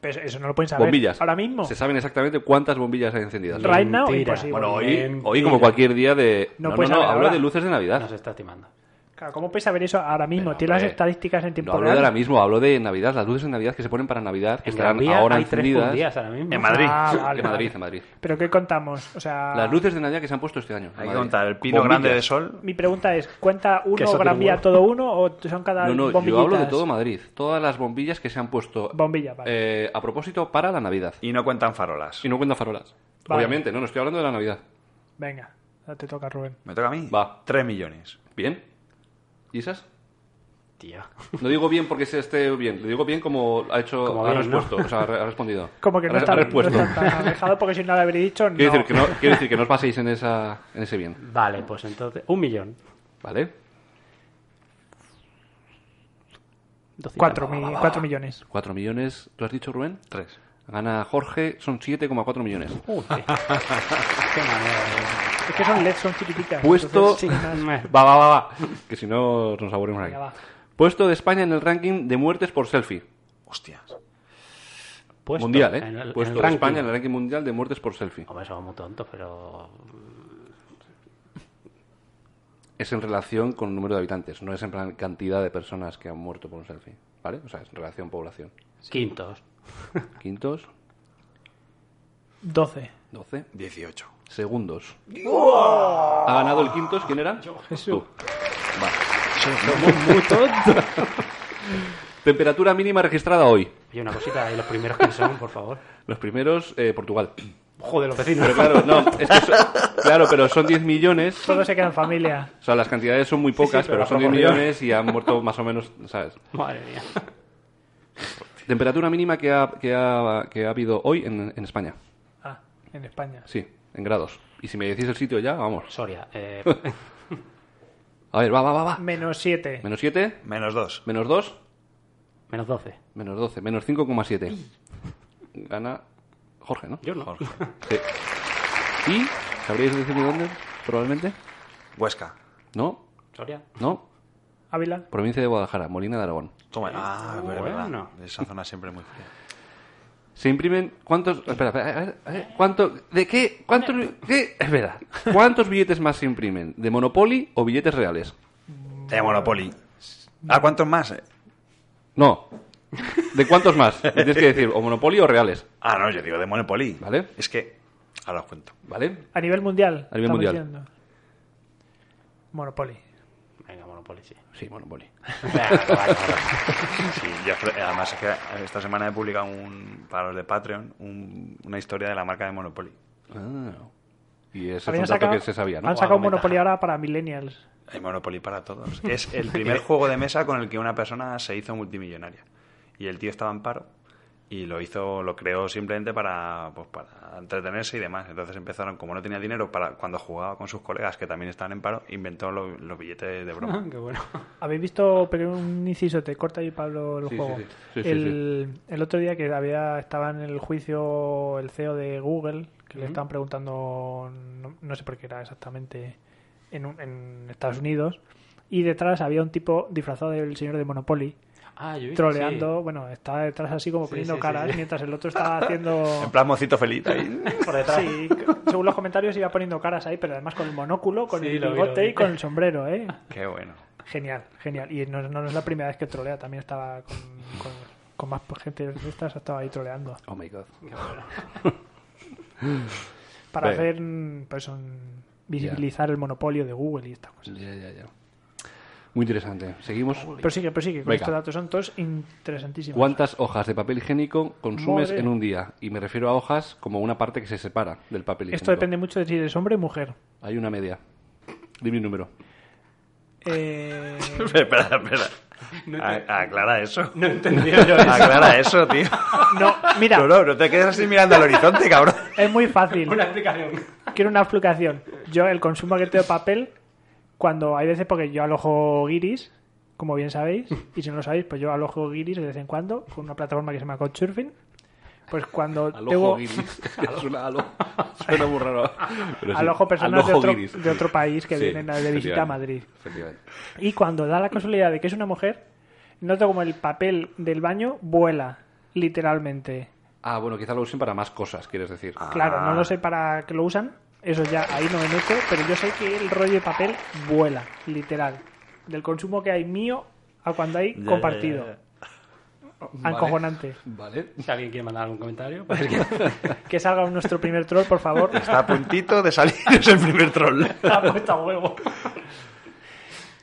S2: Pero eso no lo pueden saber.
S1: bombillas.
S2: Ahora mismo.
S1: Se saben exactamente cuántas bombillas hay encendidas.
S2: Right now,
S4: Mentira.
S2: imposible.
S1: Bueno, hoy,
S4: Mentira.
S1: hoy como cualquier día de... No,
S2: No
S1: no,
S2: puedes
S1: no,
S2: saber
S1: hablo
S2: ahora.
S1: de luces de Navidad.
S4: Nos está estimando.
S2: Claro, ¿Cómo puedes saber eso ahora mismo?
S1: Pero,
S2: Tiene las
S1: hombre,
S2: estadísticas en
S1: No
S2: tiempo
S1: hablo de
S2: real.
S1: ahora mismo, hablo de Navidad, las luces de Navidad que se ponen para Navidad, que
S4: En Gran
S1: estarán
S4: Vía
S1: ahora
S4: hay tres
S1: encendidas.
S4: judías ahora mismo.
S3: En Madrid.
S2: Ah, vale,
S1: en Madrid,
S2: vale.
S1: en Madrid.
S2: ¿Pero qué contamos? O sea,
S1: Las luces de Navidad que se han puesto este año. en
S3: Hay que
S1: Madrid.
S3: contar el pino
S1: Bombillas.
S3: grande de sol.
S2: mi pregunta es, ¿cuenta
S4: Que eso
S2: uno
S4: tiene
S2: Gran Vía
S4: huevo.
S2: todo uno o son cada
S1: No, no, yo
S2: bombillitas?
S1: hablo de todo Madrid. Todas las bombillas que se han puesto
S2: Bombilla, vale.
S1: eh, a propósito para la Navidad.
S3: Y no cuentan farolas.
S1: Y no cuentan farolas.
S2: Vale.
S1: Obviamente, no, no estoy hablando de la Navidad.
S2: Venga, ahora te toca Rubén.
S3: ¿Me toca a mí?
S1: Va.
S3: 3 millones.
S1: ¿Bien? ¿Y esas?
S4: Tío.
S1: No digo bien porque se esté bien, lo digo bien como ha hecho,
S4: Como
S1: ha
S4: bien, ¿no?
S1: respuesto, o sea, ha re- ha respondido.
S2: Como que
S1: Ha
S2: no
S1: re-
S2: está,
S1: ha
S2: no
S1: respuesto.
S2: está tan alejado porque si no lo habría dicho, no.
S1: Quiero decir que no, quiero decir que no os paséis en esa, en ese bien,
S4: Vale, pues entonces. Un millón.
S1: ¿vale?
S2: Cuatro, mi- cuatro millones.
S1: 4 millones, ¿tú has dicho, Rubén?
S3: 3.
S1: Gana Jorge, son 7,4 millones.
S4: Uy, qué, qué manera.
S2: Es que son LEDs, son chiquititas.
S1: Puesto...
S2: entonces, sí, nada.
S4: de-
S1: Va, va, va, va. Que si no nos aburrimos aquí.
S2: Venga, va.
S1: Puesto de España en el ranking de muertes por selfie.
S3: Hostias.
S4: Puesto
S1: mundial,
S4: en
S1: ¿eh?
S4: el- en el
S1: Puesto de
S4: ranking.
S1: España en el ranking mundial de muertes por selfie.
S4: Hombre, somos muy tontos, pero.
S1: Es en relación con el número de habitantes, no es en plan cantidad de personas que han muerto por un selfie. ¿Vale? O sea, es en relación población.
S4: Quintos.
S1: Quintos,
S2: Doce.
S1: 12.
S3: 18.
S1: Segundos. ¿Ha ganado el quintos? ¿Quién era? Jesús.
S4: Muy tontos.
S1: Temperatura mínima registrada hoy.
S4: Oye, una cosita, ¿y los primeros que son, por favor?
S1: Los primeros, eh, Portugal.
S4: Joder, los vecinos.
S1: Pero claro, no, es que son- claro, pero son 10 millones.
S2: Todo se queda en familia.
S1: O sea, las cantidades son muy pocas,
S4: sí,
S1: pero,
S4: pero la
S1: son 10
S4: proporción.
S1: millones y han muerto más o menos, ¿sabes?
S4: Madre mía.
S1: Temperatura mínima que ha, que ha, que ha habido hoy en, en España.
S2: Ah, en España.
S1: Sí, en grados. Y si me decís el sitio ya, vamos.
S4: Soria. Eh,
S1: A ver, va, va, va, va.
S2: Menos siete.
S1: Menos 7,
S3: Menos 2.
S1: menos 2,
S4: menos 12.
S1: menos 12, menos 5,7. Gana Jorge, ¿no?
S4: Yo no.
S1: Sí. ¿Y sabríais decirme dónde? Probablemente.
S3: Huesca.
S1: No,
S4: Soria.
S1: no.
S2: Ávila.
S1: Provincia de Guadalajara, Molina de Aragón.
S3: Toma. Ah, es verdad.
S4: Bueno.
S3: Esa zona siempre es muy fría.
S1: Se imprimen cuántos. Espera, espera, a ver, a ver, ¿cuánto, ¿De qué? ¿Cuántos? qué? Espera. ¿Cuántos billetes más se imprimen? ¿De Monopoly o billetes reales?
S3: De Monopoly. ¿A cuántos más? eh?
S1: No. ¿De cuántos más? Me tienes que decir, o Monopoly o reales,
S3: Ah, no, yo digo de Monopoly.
S1: Vale.
S3: Es que. Ahora os cuento.
S1: ¿vale?
S2: A nivel mundial.
S1: A nivel
S2: estamos
S1: mundial.
S2: diciendo. Monopoly.
S4: Venga, Monopoly, sí.
S1: Sí, Monopoly.
S4: Venga, vale, vale.
S3: Sí, yo creo- además es que esta semana he publicado un, para los de Patreon un- una historia de la marca de Monopoly.
S1: Ah. Y ese es un
S2: Habían
S1: dato
S2: sacado-
S1: que se sabía, ¿no?
S2: Han sacado
S4: Algo
S2: Monopoly ahora para millennials.
S3: Hay Monopoly para todos. Es el primer juego de mesa con el que una persona se hizo multimillonaria. Y el tío estaba en paro y lo hizo, lo creó simplemente para, pues, para entretenerse y demás. Entonces empezaron, como no tenía dinero, para cuando jugaba con sus colegas que también estaban en paro, inventó lo- los billetes de broma.
S4: Qué bueno.
S2: ¿Habéis visto, pero un inciso, te corta ahí Pablo el
S1: Sí, sí,
S2: juego?
S1: sí. Sí, sí,
S2: el, el otro día que había estaba en el E juicio el CEO de Google, que le estaban preguntando, no, no sé por qué era exactamente, en, un- en Estados Unidos y detrás había un tipo disfrazado del señor de Monopoly
S4: Ah, yo he visto,
S2: troleando, bueno, estaba detrás así como
S4: Sí,
S2: poniendo
S4: sí,
S2: caras
S4: sí.
S2: mientras el otro estaba haciendo...
S3: En plan mocito feliz ahí.
S4: Por detrás.
S2: Sí, según los comentarios iba poniendo caras ahí, pero además con el monóculo, con
S4: Sí,
S2: el
S4: lo vi, lo
S2: bigote
S4: vi.
S2: y con el sombrero, ¿eh?
S3: Qué bueno.
S2: Genial, genial. Y no, no es la primera vez que trolea, también estaba con, con, con más gente de estas, estaba ahí troleando.
S1: Oh my god.
S2: Para
S1: Ve.
S2: hacer, mm, pues, un- visibilizar el monopolio de Google y estas cosas.
S1: Ya, ya, ya. Muy interesante. Seguimos.
S2: Prosigue, prosigue, con
S1: Venga.
S2: estos datos son todos interesantísimos.
S1: ¿Cuántas hojas de papel higiénico consumes
S2: Madre.
S1: en un día? Y me refiero a hojas como una parte que se separa del papel higiénico.
S2: Esto depende mucho de si eres hombre o mujer.
S1: Hay una media. Dime un número.
S2: Eh,
S3: espera, espera. A- Aclara eso. No
S4: entendía yo eso.
S3: Aclara eso, tío.
S2: no, mira,
S3: No, no, no te quedes así mirando al horizonte, cabrón.
S2: es muy fácil.
S4: Una explicación.
S2: Quiero una explicación. Yo, el consumo que tengo de papel, cuando hay veces, porque yo alojo guiris, como bien sabéis, y si no lo sabéis, pues yo alojo guiris de vez en cuando con una plataforma que se llama Couchsurfing. Pues cuando
S1: Al
S2: tengo
S1: ojo guiris. suena, al ojo- suena muy raro. Pero sí,
S2: al ojo personas de
S1: ojo
S2: otro,
S1: guiris.
S2: de otro país que
S1: Sí,
S2: vienen a- de visita a
S1: efectivamente,
S2: Madrid.
S1: efectivamente.
S2: Y cuando da la casualidad de que es una mujer, noto como el papel del baño vuela, literalmente.
S1: Ah, bueno, quizá lo usen para más cosas, quieres decir.
S2: Claro, no
S1: Ah.
S2: lo sé para qué lo usan, eso ya ahí no me meto, pero yo sé que el rollo de papel vuela, literal. Del consumo que hay mío a cuando hay compartido.
S1: Vale.
S2: Ancojonante.
S1: Vale.
S4: Si alguien quiere mandar algún comentario, pues
S2: Que salga nuestro primer troll, por favor.
S3: Está a puntito de salir, es el primer troll.
S2: Está puesto a huevo.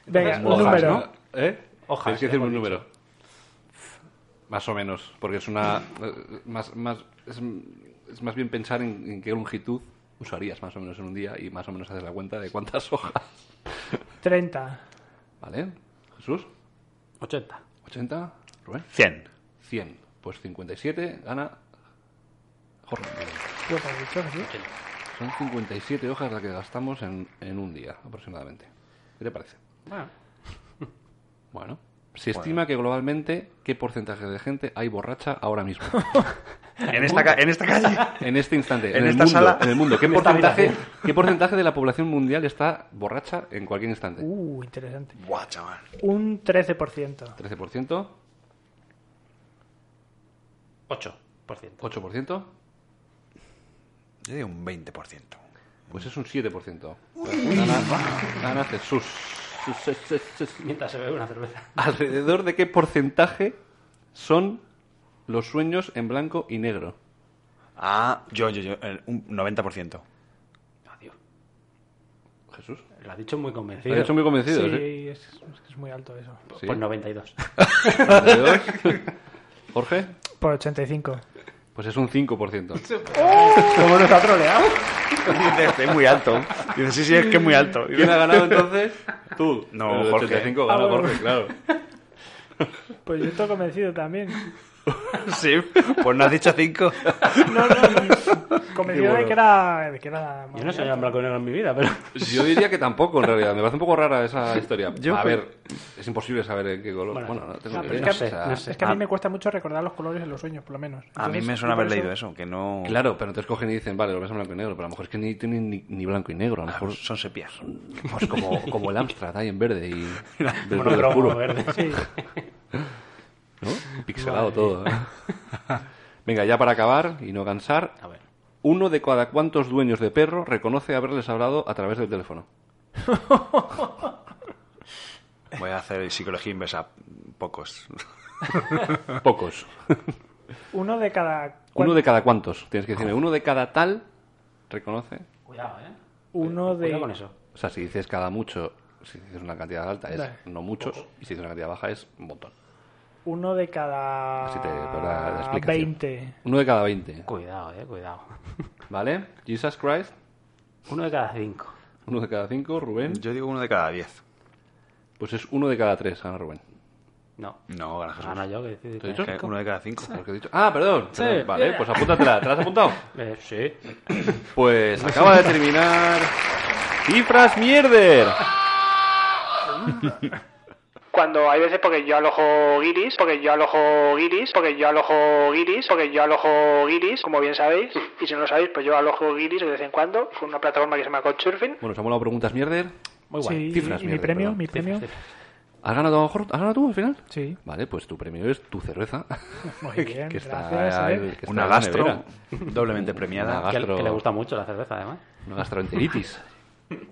S2: Venga,
S1: Hojas,
S2: un número.
S1: ¿no? ¿Eh?
S4: Hojas,
S1: Tienes que
S4: ya
S1: decirme un
S4: hemos
S1: número. Más o menos, porque es una. eh, más, más, es, es más bien pensar en, en qué longitud usarías más o menos en un día y más o menos haces la cuenta de cuántas hojas.
S2: 30.
S1: ¿Vale? Jesús,
S4: 80.
S1: ¿80? ¿Rubén?
S3: 100.
S1: 100. Pues 57 gana Jorge.
S2: Yo, por dicho, ¿sí?
S1: Son 57 hojas las que gastamos en, en un día aproximadamente. ¿Qué te parece?
S4: Bueno,
S1: Bueno, se estima que globalmente qué porcentaje de gente hay borracha ahora mismo.
S3: En esta, ca- en esta calle.
S1: En este instante, en,
S3: En
S1: el
S3: esta
S1: mundo,
S3: sala.
S1: en el mundo, ¿qué
S4: En esta
S1: porcentaje,
S4: habitación.
S1: ¿qué porcentaje de la población mundial está borracha en cualquier instante?
S2: Uh, interesante.
S3: Buah, chaval.
S2: Un 13%.
S1: 13%,
S4: 8%.
S1: 8%,
S3: Yo digo un 20%.
S1: pues es un 7%. Gana, gana Jesús. Sus- sus- sus- sus.
S4: Mientras se bebe una cerveza.
S1: ¿Alrededor de qué porcentaje son los sueños en blanco y negro?
S3: Ah, yo, yo, yo, el- un 90%.
S4: Adiós.
S1: Jesús.
S4: Lo has dicho muy convencido.
S1: Lo has hecho muy convencido,
S2: sí,
S1: ¿eh?
S2: es, es muy alto eso.
S1: Sí.
S4: Pues 92.
S1: ¿Alrededor? Jorge,
S2: Por 85.
S1: pues es un 5%.
S2: ¿Cómo nos ha troleado?
S3: Dice, "Este es muy alto. Dice, sí, sí, es que es muy alto.
S1: ¿Quién ha ganado entonces? Tú.
S3: No,
S1: El
S3: Jorge.
S1: 85 gana
S2: Ah, bueno.
S1: Jorge, claro.
S2: Pues yo estoy convencido también.
S3: Sí, pues no has dicho 5.
S2: No, no, convencido de que era. De que era
S4: Yo no soy en blanco y negro en mi vida, pero.
S1: Yo diría que tampoco, en realidad. Me parece un poco rara esa historia.
S3: Yo
S1: a
S3: creo-
S1: ver, es imposible saber en qué color. Bueno,
S4: Bueno,
S1: no tengo
S2: No,
S1: ni
S2: pero es
S1: idea.
S2: que,
S1: O sea,
S4: no sé.
S2: es que a mí
S4: Ah.
S2: me cuesta mucho recordar los colores en los sueños, por lo menos.
S3: A mí
S2: Entonces,
S3: me suena
S2: por
S3: haber
S2: eso-
S3: leído eso, que no.
S1: Claro, pero entonces cogen y dicen, vale, lo ves en blanco y negro, pero a lo mejor es que ni tienen ni, ni blanco y negro, a lo mejor
S3: Son sepias.
S1: pues como, como el Amstrad ahí en verde y del verde
S4: Monocromo
S1: puro,
S4: verde.
S2: Sí,
S1: ¿no? Pixelado todo. ¿eh? Venga, ya para acabar y no cansar,
S4: A ver.
S1: uno de cada cuantos dueños de perro reconoce haberles hablado a través del teléfono.
S3: Voy a hacer psicología inversa. Pocos.
S1: Pocos.
S2: uno de cada.
S1: Uno de cada cuantos, tienes que decirme. Uno de cada tal reconoce
S4: Cuidado, ¿eh?
S2: Uno de-
S4: Cuidado con eso.
S1: O sea, si dices cada mucho, si dices una cantidad alta es
S2: Vale.
S1: no muchos, y si dices una cantidad baja es un montón.
S2: uno de cada.
S1: Así te podrá la explicación.
S2: 20.
S1: Uno de cada 20,
S4: Cuidado, eh, cuidado.
S1: ¿vale? Jesus Christ,
S4: Uno de cada cinco.
S1: uno de cada 5, Rubén.
S3: Yo digo uno de cada 10.
S1: Pues es uno de cada 3, Ana Rubén.
S4: Ah. No.
S3: No, gana Jesús.
S4: Gana yo que decido.
S1: ¿Te he dicho?
S3: Que Uno de cada 5.
S1: Porque he dicho- Ah, perdón. perdón. Vale, pues apúntatela. ¿Te la has apuntado?
S4: Eh, sí.
S1: Pues acaba de terminar... ¡Cifras mierder!
S2: Cuando hay veces porque yo alojo guiris, porque yo alojo guiris, porque yo alojo guiris, porque yo alojo guiris, como bien sabéis. Y si no lo sabéis, pues yo alojo guiris de vez en cuando con una plataforma que se llama Couchsurfing.
S1: Bueno, os ha molado preguntas mierder.
S4: Muy guay.
S2: Sí,
S1: Cifras,
S2: y mi
S1: mierda,
S2: premio,
S1: perdón.
S2: mi premio.
S1: ¿Has ganado, Jorge? ¿Has ganado tú al final?
S2: Sí.
S1: Vale, pues tu premio es tu cerveza.
S2: Muy
S1: Que-
S2: bien,
S1: que está
S2: gracias,
S1: en-
S2: ¿eh?
S1: que está
S3: Una
S1: en la
S3: gastro
S1: nevera.
S3: doblemente premiada
S1: Una
S4: Que,
S1: gastro-
S4: que le gusta mucho la cerveza, además.
S1: Una gastroenteritis.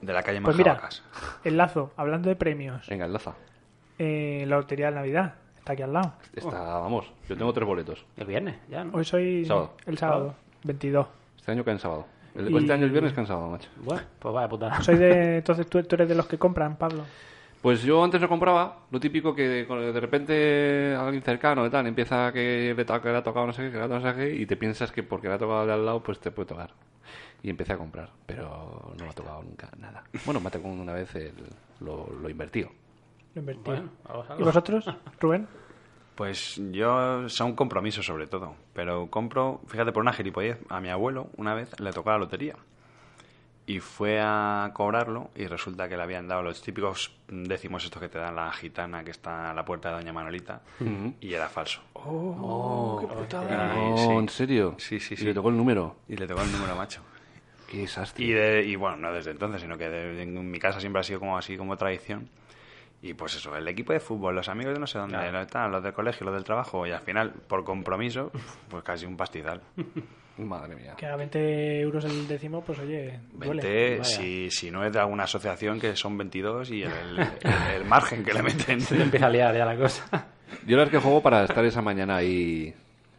S3: de la calle
S2: Pues mira,
S3: Majabacas.
S2: enlazo, hablando de premios,
S1: Venga, enlaza.
S2: eh, la lotería de Navidad, está aquí al lado. Oh.
S1: Está, vamos, yo tengo tres boletos.
S4: El viernes, ya, ¿no?
S2: Hoy soy
S1: Sábado.
S2: el sábado, 22.
S1: Este año que han sábado. El,
S2: Y-
S1: Este año el viernes que han sábado, macho.
S4: Bueno, pues vaya putada.
S2: Soy de, entonces tú, tú eres de los que compran, Pablo.
S1: Pues yo antes no compraba, lo típico que con- de repente alguien cercano y tal empieza que le, to- que le ha tocado no sé qué, que le ha tocado no sé qué, y te piensas que porque le ha tocado de al lado, pues te puede tocar. Y empecé a comprar, pero no me ha tocado nunca nada. Bueno, me ha tocado una vez el- lo, lo invertido.
S2: Lo invertí.
S4: Bueno, vamos a
S2: ¿Y vosotros, Rubén?
S3: Pues yo son compromisos sobre todo, pero compro, fíjate por una gilipollez, a mi abuelo una vez le tocó la lotería y fue a cobrarlo y resulta que le habían dado los típicos décimos estos que te dan la gitana que está a la puerta de Doña Manolita y era falso.
S1: ¡Oh, qué
S3: putada.
S1: ¿En serio?
S3: Sí, sí,
S1: Y
S3: sí.
S1: le tocó el número.
S3: Y le tocó el número macho.
S1: Qué desastre.
S3: Y, de- y bueno, no desde entonces, sino que de- en mi casa siempre ha sido como así, como tradición. Y pues eso, el equipo de fútbol, los amigos de no sé dónde, los, tal, los del colegio, los del trabajo, y al final, por compromiso, pues casi un pastizal.
S1: Madre mía.
S2: Que a 20 euros el décimo, pues oye, duele.
S3: 20,
S4: vaya.
S3: si, si no es de alguna asociación que son 22 y el, el- el- el margen que le meten.
S4: Empieza a liar ya la cosa.
S1: Yo la verdad es que juego para estar esa mañana ahí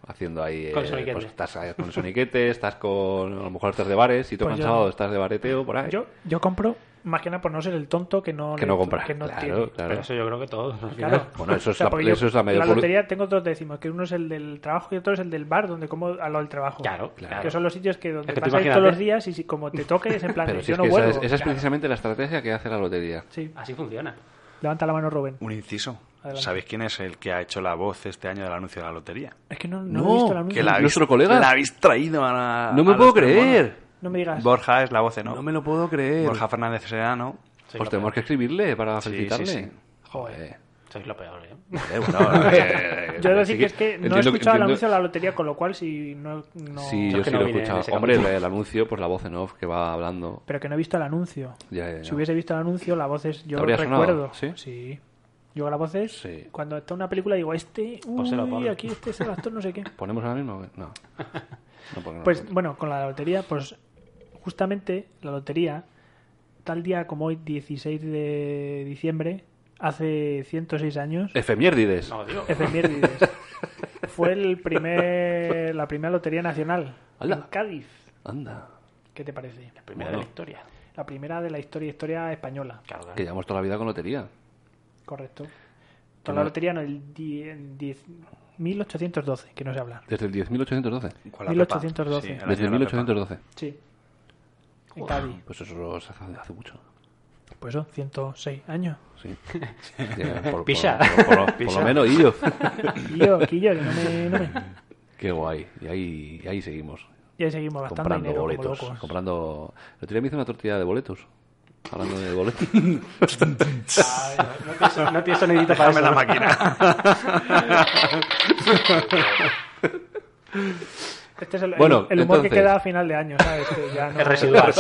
S1: haciendo ahí...
S4: Con soniquete.
S1: pues estás ahí con soniquete, estás con... A lo mejor estás de bares, si tocan
S2: Pues yo
S1: sábado
S2: no.
S1: estás de bareteo, por ahí.
S2: Yo, yo compro más que nada por no ser el tonto que no,
S1: que
S2: le-
S1: no compras.
S2: que no
S1: claro,
S2: tiene.
S1: claro.
S4: Pero eso yo creo que todos. al final.
S2: Claro.
S1: Bueno, eso es la-
S2: porque yo-
S1: eso es la mayor
S2: La
S1: polu-
S2: lotería tengo dos décimos, que uno es el del trabajo y otro es el del bar, donde como a lo del trabajo.
S4: Claro, claro.
S2: Que son los sitios que donde
S4: Es que tú
S2: vas a ir
S4: imagínate.
S2: todos los días y si como te toques, en plan,
S1: Pero
S2: de,
S1: si
S2: yo
S1: es
S2: no
S1: que esa
S2: vuelvo.
S1: es, esa es precisamente la estrategia que hace la lotería.
S2: Sí,
S4: Así funciona.
S2: levanta la mano Rubén.
S3: Un inciso.
S2: Adelante.
S3: ¿Sabéis quién es el que ha hecho la voz este año del anuncio de la lotería?
S2: Es que no, no,
S1: No,
S2: he visto el anuncio.
S3: Que la habéis,
S1: ¿Nuestro colega?
S3: La habéis traído a la-
S1: ¡No me
S3: a
S1: puedo
S3: los tres
S1: creer!
S2: No me digas.
S3: monos. Borja es la voz, ¿no?
S1: No me lo puedo creer.
S3: Borja Fernández Sedano.
S1: pues tenemos que escribirle para
S3: Sí,
S1: felicitarle.
S3: sí, sí.
S1: Joder.
S4: Sois lo peor, ¿eh?
S1: Eh, bueno, eh,
S2: Yo he de
S1: sí
S2: decir que es que no he
S1: entiendo-
S2: escuchado el
S1: entiendo-
S2: anuncio de la lotería, con lo cual si no... no-
S1: Sí,
S4: Yo
S1: yo
S4: es
S1: sí
S4: que no
S1: lo he
S4: vine en
S1: escuchado.
S4: ese
S1: Hombre, el,
S4: capítulo.
S1: el anuncio, pues la voz en off que va hablando.
S2: Pero que no he visto el anuncio.
S1: Ya, ya, ya.
S2: Si hubiese visto el anuncio, la voz es... Yo
S1: ¿Te habría sonado?
S2: recuerdo.
S1: ¿Sí?
S2: Yo la voz es...
S1: Sí.
S2: Cuando está una película digo, este...
S4: Pues se lo
S2: Uy,
S4: pongo.
S2: aquí este es el actor, no sé qué.
S1: ¿Ponemos ahora mismo? No. No ponemos.
S2: Pues bueno, con la lotería, pues justamente la lotería, tal día como hoy, 16 de diciembre, hace 106 años,
S1: Eh. Efemierdides.
S4: No, digo.
S2: efemérides, fue el primer, la primera lotería nacional
S1: Hala.
S2: en Cádiz.
S1: Anda.
S2: ¿Qué te parece?
S4: Primera de la historia.
S2: La primera de la historia historia española,
S4: Claro, claro.
S1: Que llevamos toda la vida con lotería.
S2: correcto.
S1: Que
S2: Con la
S1: no-
S2: lotería no, el die- el diez- 1812, que no sé hablar.
S1: Desde el 10.812.
S3: Con la
S2: 1812.
S3: Pepa. Sí, el
S1: Desde
S3: año de la Pepa.
S1: 1812.
S2: Sí. En Cádiz.
S1: Pues eso lo hace, hace mucho.
S2: Pues eso, 106 años.
S1: Sí. Ya, por- por-
S4: Pisa.
S1: Por, por lo- por
S3: Pisa.
S1: lo menos, y yo.
S2: Quillo, Quillo, que no me- no me...
S1: Qué guay. Y ahí, y ahí seguimos.
S2: Y ahí seguimos gastando
S1: comprando
S2: dinero
S1: boletos.
S2: como locos.
S1: Comprando. El otro día me hice una tortilla de boletos. Hablando de boletos.
S4: No tiene son- No tiene sonidito para
S3: Déjame
S4: eso.
S3: la
S4: ¿no?
S3: máquina.
S2: Este es el, el-
S1: Bueno,
S2: el humor
S1: entonces-
S2: que queda a final de año, ¿sabes? Que ya, no,
S4: Es residual.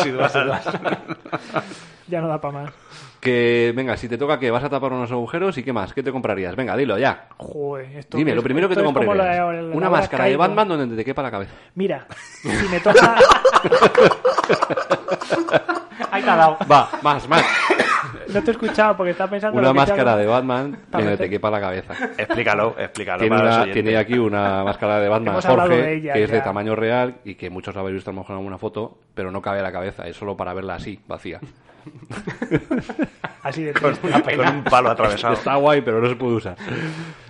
S2: ya no da para más.
S1: que, venga, si te toca que vas a tapar unos agujeros y qué más. ¿Qué te comprarías? Venga, dilo ya.
S2: Joder, esto
S1: Dime,
S2: es-
S1: lo primero que te
S2: esto es como
S1: comprarías.
S2: la- la- la
S1: una
S2: hora
S1: máscara de
S2: Kaido.
S1: Batman donde te quepa la cabeza.
S2: Mira, si me toca...
S4: Ahí te ha dado.
S1: Va, más, más.
S2: No te he escuchado porque estaba pensando...
S1: Una
S2: lo que te
S1: máscara
S2: hago.
S1: de Batman donde
S2: metido.
S1: te quepa la cabeza.
S3: explícalo, explícalo.
S1: Tiene,
S3: para los
S1: una-
S3: oyentes.
S1: tiene aquí una máscara de Batman
S2: Hemos
S1: Jorge,
S2: hablado de ella
S1: que es de
S2: ya.
S1: tamaño real y que muchos habéis visto a lo mejor en alguna foto, pero no cabe a la cabeza, es solo para verla así, vacía.
S2: Así de triste.
S3: con un palo atravesado.
S1: Está guay, pero no se puede usar.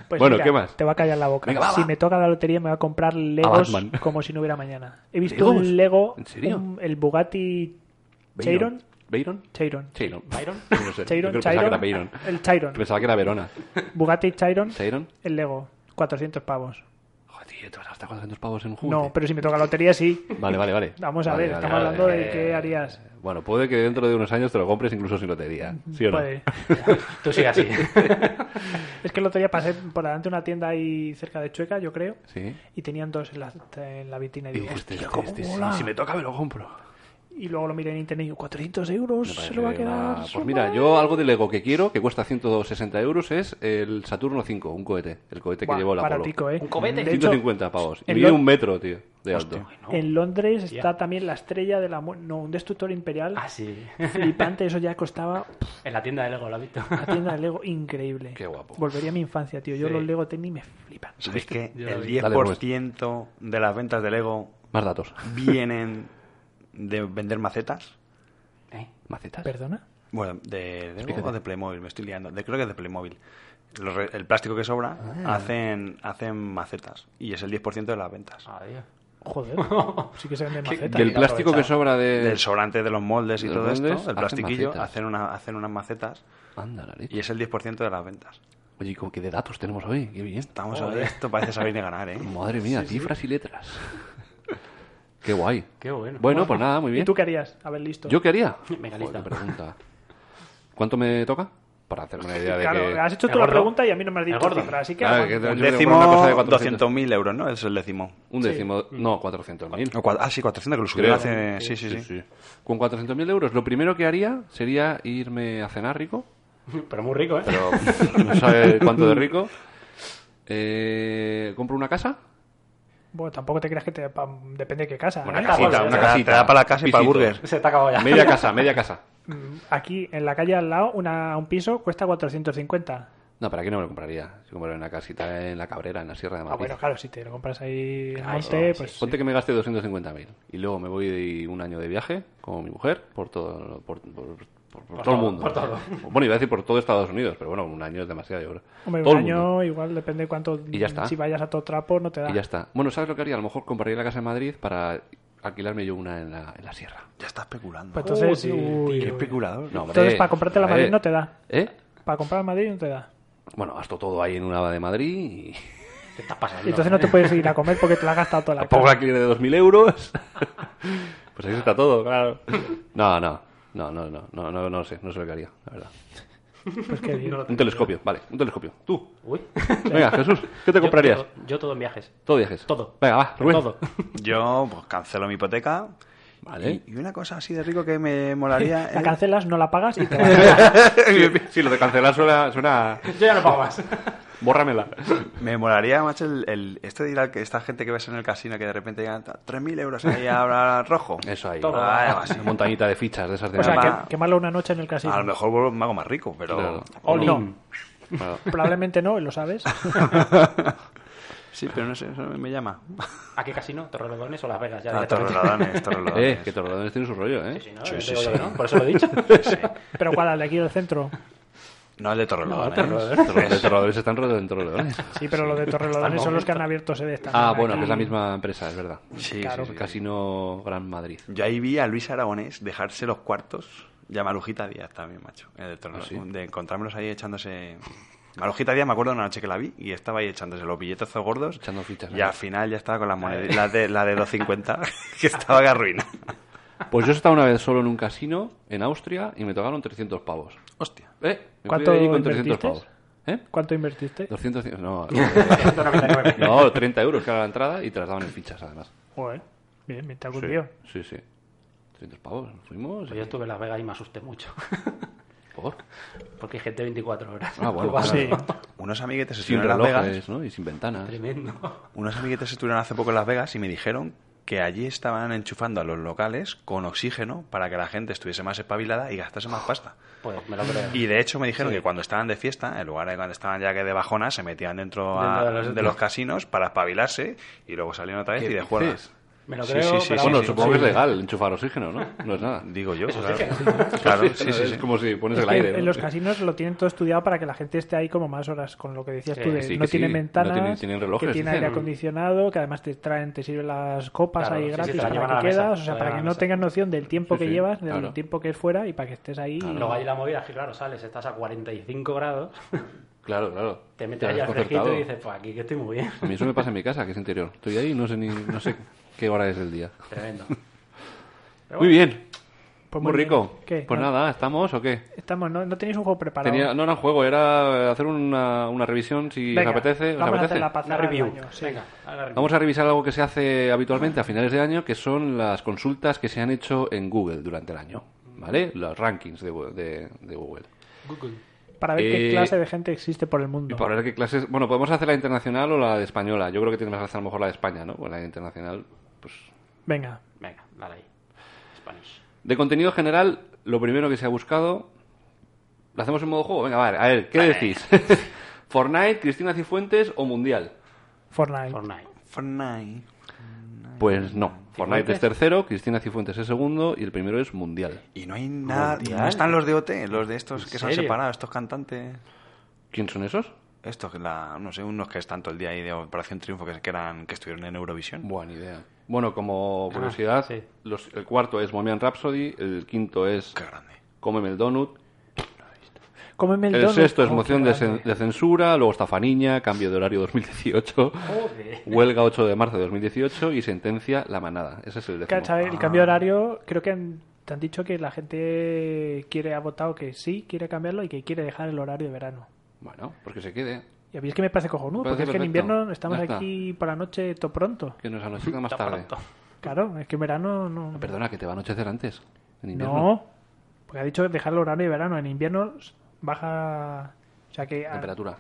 S2: Pues
S1: bueno,
S2: mira,
S1: ¿qué más?
S2: Te va a callar la boca.
S1: Venga, va,
S2: si
S1: va.
S2: me toca la lotería me va a comprar Legos
S1: Batman.
S2: como si no hubiera mañana. He visto
S1: ¿Legos?
S2: un Lego...
S1: ¿En serio?
S2: un- el Bugatti... Chiron.
S1: ¿Beiron?
S2: Chiron.
S1: Chiron.
S4: ¿Byron?
S1: No sé,
S2: Chiron,
S1: yo creo que pensaba que era Pues
S2: Chiron.
S1: Beiron.
S2: El Chiron.
S1: Pensaba que era Verona.
S2: Bugatti Chiron.
S1: ¿Chiron?
S2: El Lego. 400 pavos.
S1: Joder, tío, te vas a gastar 400 pavos en un juguete.
S2: No, pero si me toca la lotería sí.
S1: Vale, vale, vale.
S2: Vamos a
S1: Vale,
S2: ver,
S1: vale,
S2: estamos
S1: vale.
S2: hablando de qué harías.
S1: Bueno, puede que dentro de unos años te lo compres incluso sin lotería, ¿sí o no?
S2: Puede.
S4: Tú sigue así.
S2: Es que el otro día pasé por delante de una tienda ahí cerca de Chueca, yo creo,
S1: Sí.
S2: y tenían dos en la, en la vitrina y
S1: Y
S2: digo,
S1: dijiste,
S2: "Hostia,
S1: este,
S2: cómo
S1: este, sí,
S2: mola".
S1: si me toca me lo compro.
S2: y y luego lo miré en internet y digo, 400 euros
S1: Me
S2: se
S1: parece
S2: lo va a
S1: una-
S2: quedar.
S1: Pues mira, yo algo de Lego que quiero, que cuesta 160 euros, es el Saturno 5, un cohete. El cohete que
S2: Buah,
S1: llevó la Apolo.
S2: baratico, ¿eh?
S4: Un cohete.
S2: De hecho,
S1: 150 pavos. Y
S2: en
S1: mide
S2: Lo-
S1: un metro, tío, de alto.
S2: En Londres
S4: Hostia.
S2: está también la estrella de la muerte. No, un destructor imperial.
S4: Ah, sí.
S2: Flipante, eso ya costaba pff,
S4: En la tienda de Lego, lo has visto.
S2: la tienda de Lego increíble.
S1: Qué guapo.
S2: Volvería a mi infancia, tío. Yo
S4: Sí.
S2: los Lego Technic me flipan.
S3: ¿Sabéis que
S4: Yo lo
S1: pues.
S3: el
S4: vi.
S3: 10% de las ventas de Lego
S1: Más datos.
S3: vienen de vender macetas?
S4: ¿Eh?
S1: Macetas.
S2: ¿Perdona?
S3: Bueno, de Lego
S1: Explícate.
S3: o de Playmobil, me estoy liando. De- creo que es de Playmobil. Los re- el plástico que sobra
S1: Ah.
S3: hacen, hacen macetas y es el 10% de las ventas.
S1: Ah.
S4: Adiós.
S2: Joder. sí que se venden macetas.
S1: Del plástico que
S4: aprovechado.
S1: sobra de...
S3: Del sobrante de los moldes y
S1: de los
S3: todo
S1: moldes,
S3: esto, el
S1: hacen
S3: plastiquillo,
S1: macetas.
S3: hacen, una, hacen unas macetas
S1: Anda, la leche.
S3: y es el 10% de las ventas.
S1: Oye, como que de datos tenemos hoy. Qué bien.
S3: Estamos a ver, esto parece saber de ganar, ¿eh?
S1: Madre mía, cifras y letras. Qué guay.
S4: Qué bueno.
S1: Bueno, pues nada, muy
S2: ¿Y
S1: bien.
S2: tú qué harías? A ver, listo.
S1: ¿Yo qué haría?
S4: Venga, lista.
S1: Joder, qué pregunta. ¿Cuánto me toca? Para hacerme una idea de
S2: Claro,
S1: que...
S2: has hecho
S4: El
S2: tú la
S4: gordo.
S2: pregunta y a mí no me has dicho
S4: El gordo.
S2: cifras, así que...
S1: Claro,
S2: aguanta.
S1: que te-
S3: Un
S1: yo digo,
S3: décimo,
S1: una cosa de 400.
S3: 200.000 euros, ¿no? Es el décimo.
S1: Un décimo... No, 400.000.
S3: O cua- ah, sí, 400 que lo
S1: Creo.
S3: subió hace... Sí, sí, sí.
S1: Con 400.000 euros, lo primero que haría sería irme a cenar rico.
S4: Pero muy rico, ¿eh?
S1: Pero no sabe cuánto de rico. Eh, compro una casa.
S2: Bueno, tampoco te creas que te... pa- Depende de qué casa.
S1: Una
S2: ¿eh?
S1: casita,
S3: Te da-
S1: una
S3: te
S1: casita.
S3: da para la casa y para el
S1: Pisito.
S3: burger.
S4: Se te ha acabado ya.
S1: Media casa, media casa.
S2: Mm, Aquí, en la calle al lado, una, un piso cuesta 450.
S1: No, ¿para qué no me lo compraría? Si compraría una casita en la Cabrera, en la Sierra de
S2: Ah,
S1: Madrid.
S2: bueno, claro, si te lo compras ahí en el
S4: Claro,
S2: monte,
S4: sí.
S2: pues...
S1: Ponte que me gaste 250.000 y luego me voy de un año de viaje con mi mujer por todo, por, por- por- por todo
S4: todo,
S1: el mundo.
S4: por todo.
S1: Bueno, iba a decir por todo Estados Unidos, pero bueno, un año es demasiado. yo creo.
S2: Hombre,
S1: Todo
S2: un
S1: el mundo.
S2: año igual depende cuánto...
S1: Y ya está.
S2: Si vayas a todo trapo no te da.
S1: Y ya está. Bueno, ¿sabes lo que haría? A lo mejor compraría la casa en Madrid para alquilarme yo una en la, en la sierra.
S3: Ya está especulando.
S2: Pues entonces...
S4: Joder,
S2: uy,
S4: tío.
S2: uy.
S3: Qué especulador.
S1: No, hombre,
S2: Entonces, para comprarte la
S1: a ver.
S2: Madrid no te da.
S1: ¿Eh?
S2: Para comprar en Madrid no te da.
S1: Bueno, gasto todo ahí en una de Madrid y...
S4: Te estás pasando.
S2: Y entonces no te puedes ir a comer porque te la has gastado toda la
S1: Tampoco un
S2: casa.
S1: alquiler de 2.000 euros. pues ahí está todo, claro. No, no. No, no, no, no, no, no sé, no sé lo que haría, la verdad.
S2: Pues qué bien.
S4: No lo
S1: Un telescopio, vale, un telescopio. Tú,
S4: Uy.
S1: venga, Jesús, ¿qué te comprarías?
S4: Yo todo, yo todo en viajes.
S1: Todo viajes.
S4: Todo.
S1: Venga, va, Rubén.
S4: Todo.
S3: Yo pues, cancelo mi hipoteca.
S1: Vale.
S3: Y, y una cosa así de rico que me molaría.
S2: La
S3: es-
S2: cancelas, no la pagas y te vas.
S1: Sí, sí, lo de cancelar suena, suena...
S4: Yo ya no pago más.
S1: Bórramela.
S3: Me molaría, macho, el, el- este de ir al- esta gente que ves en el casino que de repente llegan 3.000 euros ahí ahora rojo.
S1: Eso ahí.
S4: Todo.
S3: Ah, algo así.
S1: Una montañita de fichas de esas de
S2: O sea,
S1: nada.
S3: Va.
S2: que, quemarlo una noche en el casino.
S3: A lo mejor vuelvo- me hago más rico, pero.
S1: Claro.
S4: All
S2: No.
S4: in.
S1: Claro.
S2: Probablemente no, y lo sabes.
S3: Sí, pero no sé, eso me llama.
S4: ¿A qué casino? ¿Torrelodones o Las Vegas? Ya
S3: Ah,
S4: directamente.
S3: torrelodones,
S1: Eh,
S3: torrelodones.
S1: que Torredones tiene su rollo, ¿eh?
S4: Sí, sí, ¿no?
S3: Sí,
S4: Yo
S3: sí,
S4: digo yo
S3: sí.
S4: que no, Por eso lo he dicho.
S2: Pero cuál, al de aquí del centro.
S3: No, el de torrelodones.
S1: Torredones- Torredones están rodeados de Torredones.
S2: Sí, pero los de Torrelodones son los que han abierto sede esta.
S1: Ah, bueno, que es la misma empresa, es verdad.
S3: Sí,
S2: Claro.
S3: sí, sí.
S1: Casino Gran Madrid.
S3: Yo ahí vi a Luis Aragonés dejarse los cuartos y a Marujita Díaz también, macho. en el de Torrelodones.
S1: ¿Ah, sí?
S3: De encontrármelos ahí echándose. Marujita Díaz, me acuerdo una noche que la vi y estaba ahí echándose los billetazos gordos.
S1: Echando fichas,
S3: Y
S1: ¿no?
S3: al final ya estaba con las monedas. La de, la de 250, que estaba que arruina.
S1: Pues yo he estado una vez solo en un casino en Austria y me tocaron 300 pavos.
S3: Hostia.
S1: ¿Eh? Me
S2: ¿Cuánto
S1: fui de allí con 300 pavos.
S2: invertiste?
S1: ¿Eh?
S2: ¿Cuánto invertiste?
S1: 200, no, eh, no, 30 euros que era la entrada y te las daban en fichas además.
S2: Joder, bien, bien te ha
S1: Sí,
S2: cundido.
S1: sí, sí. 300 pavos, fuimos.
S4: Pues
S1: y-
S4: yo estuve en Las Vegas y me asusté mucho.
S1: por.
S4: Porque hay gente 24 horas.
S1: Ah, bueno,
S4: Jugando.
S1: claro.
S3: Unos amiguetes
S1: Sin
S3: estuvieron en Las Vegas.
S1: relojes, ¿no? Y sin ventanas.
S4: Tremendo.
S3: Unos amiguetes estuvieron hace poco en Las Vegas y me dijeron que allí estaban enchufando a los locales con oxígeno para que la gente estuviese más espabilada y gastase más pasta.
S4: Pues me lo creo.
S3: Y de hecho me dijeron que cuando estaban de fiesta, en lugar de cuando estaban ya que de bajona, se metían dentro, a-
S4: Dentro de
S3: de,
S4: los-
S3: los... casinos para espabilarse y luego salían otra vez
S1: ¿Qué
S3: y de
S1: dices?
S3: juegas.
S4: Me lo
S3: Sí,
S4: creo.
S3: sí, sí,
S4: pero
S3: sí,
S1: Bueno,
S4: vamos,
S1: supongo que es legal enchufar oxígeno, ¿no? No es nada.
S3: Digo yo,
S4: Eso
S3: claro.
S4: sí.
S3: Claro, sí, sí,
S1: es
S3: sí.
S1: como si pones
S2: Es
S1: el
S2: que
S1: aire.
S2: en
S1: ¿no?
S2: los casinos lo tienen todo estudiado para que la gente esté ahí como más horas con lo que decías
S4: Sí,
S2: tú de
S1: sí,
S2: no
S1: que sí.
S2: tienen
S1: No
S2: ventanas
S1: tienen- tienen relojes,
S2: que tiene aire
S1: dicen.
S2: acondicionado que además te traen te sirven las copas
S4: Claro,
S2: ahí
S4: sí, sí,
S2: gratis
S4: te la llevan
S2: para
S4: a
S2: que
S4: la mesa,
S2: quedas o
S4: te la
S2: sea para
S4: llevan
S2: que
S4: a la
S2: no
S4: mesa.
S2: tengas noción del tiempo
S1: Sí,
S2: que
S1: sí,
S2: llevas del
S1: claro.
S2: tiempo que es fuera y para que estés ahí
S4: Y
S2: y-
S4: luego ahí la movida es que, claro, sales, estás a 45 grados,
S1: Claro, claro.
S4: te
S1: Ya
S4: metes allá al
S1: has
S4: fresquito
S1: concertado.
S4: y dices, pues aquí que estoy muy bien.
S1: A mí eso me pasa en mi casa, que es interior. Estoy ahí y no sé, ni, no sé qué hora es el día.
S4: Tremendo. Pero
S1: Muy
S4: bueno,
S1: bien.
S2: Pues
S1: muy
S2: bien.
S1: rico.
S2: ¿Qué?
S1: Pues
S2: No,
S1: nada, ¿estamos o qué?
S2: Estamos, ¿no? ¿No tenéis un juego preparado?
S1: Tenía- no era un juego, era hacer una, una revisión si
S2: Venga,
S1: os apetece. ¿os
S2: vamos a
S1: apetece?
S2: hacer la pasada
S4: Una review.
S2: del año, sí.
S4: Venga, a la review.
S1: Vamos a revisar algo que se hace habitualmente a finales de año, que son las consultas que se han hecho en Google durante el año, ¿vale? Los rankings de, Gu- de- de Google.
S4: Google.
S2: Para ver qué
S1: Eh,
S2: clase de gente existe por el mundo.
S1: Y para ver qué clases... Bueno, podemos hacer la internacional o la de española. Yo creo que tiene más gracia a lo mejor la de España, ¿no? Pues la internacional, pues...
S2: Venga,
S4: Venga, dale ahí. Spanish.
S1: De contenido general, lo primero que se ha buscado... ¿Lo hacemos en modo juego? Venga, vale, a ver, ¿qué decís? ¿Fortnite, Cristina Cifuentes o Mundial?
S2: Fortnite.
S4: Fortnite.
S3: Fortnite.
S1: Pues no. Fortnite es tercero, Cristina Cifuentes es segundo y el primero es Mundial.
S3: Y no hay nada.
S4: Mundial.
S3: No están los de OT, los de estos que se han
S4: serio?
S3: separado, estos cantantes.
S1: ¿Quién son esos?
S3: Estos que la, no sé, unos que están todo el día ahí de Operación Triunfo que, que eran, que estuvieron en Eurovisión.
S1: Buena idea. Bueno,
S2: Ah,
S1: como curiosidad,
S4: sí.
S1: los- el cuarto es Bohemian Rhapsody, el quinto es
S3: Qué grande.
S1: Cómeme el Donut,
S2: Cómeme el
S1: el,
S2: donut.
S1: sexto es
S2: Oh, qué
S1: moción de,
S2: grande.
S1: cen- de censura, luego está Faniña, cambio de horario 2018, huelga 8 de marzo de 2018 y sentencia La Manada. Ese es el décimo.
S2: Cacha, el cambio de horario, creo que han, te han dicho que la gente quiere ha votado que sí, quiere cambiarlo y que quiere dejar el horario de verano.
S1: Bueno, pues que se quede,
S2: Y a mí es que me parece cojonudo,
S1: Parece
S2: porque es que en
S1: perfecto.
S2: invierno estamos
S1: Ya está.
S2: aquí por la noche todo pronto.
S1: que nos anochezca más tarde.
S2: Claro, es que en verano no.
S1: Perdona, que te va a anochecer antes, en invierno.
S2: No, porque ha dicho dejar el horario de verano. En invierno baja. O sea que. ah,
S1: Temperatura.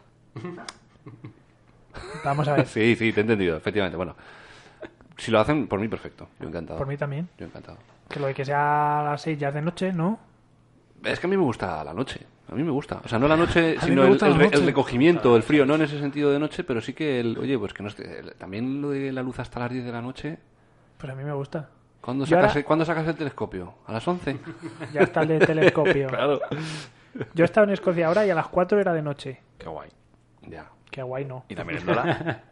S2: Vamos a ver.
S1: Sí, sí, te he entendido, efectivamente. Bueno, si lo hacen, por mí perfecto. Yo encantado.
S2: Por mí también.
S1: Yo encantado.
S2: Que lo de que sea a las 6 ya es de noche, ¿no?
S1: Es que a mí me gusta la noche. A mí me gusta. O sea, no la noche,
S2: mí
S1: sino
S2: me
S1: el,
S2: gusta
S1: el
S2: la
S1: re-
S2: noche.
S1: el recogimiento, el frío, no en ese sentido de noche, pero sí que el. Oye, pues que no esté. el- También lo de la luz hasta las 10 de la noche.
S2: Pues a mí me gusta.
S1: ¿Cuándo
S2: Yo
S1: sacas,
S2: ahora-
S1: el, ¿cuándo sacas el telescopio? ¿A las 11?
S2: Ya está el de telescopio.
S1: claro.
S2: Yo he estado en Escocia ahora y a las 4 era de noche.
S3: Qué guay.
S1: Ya,
S2: Qué guay, ¿no?
S3: Y también el dólar.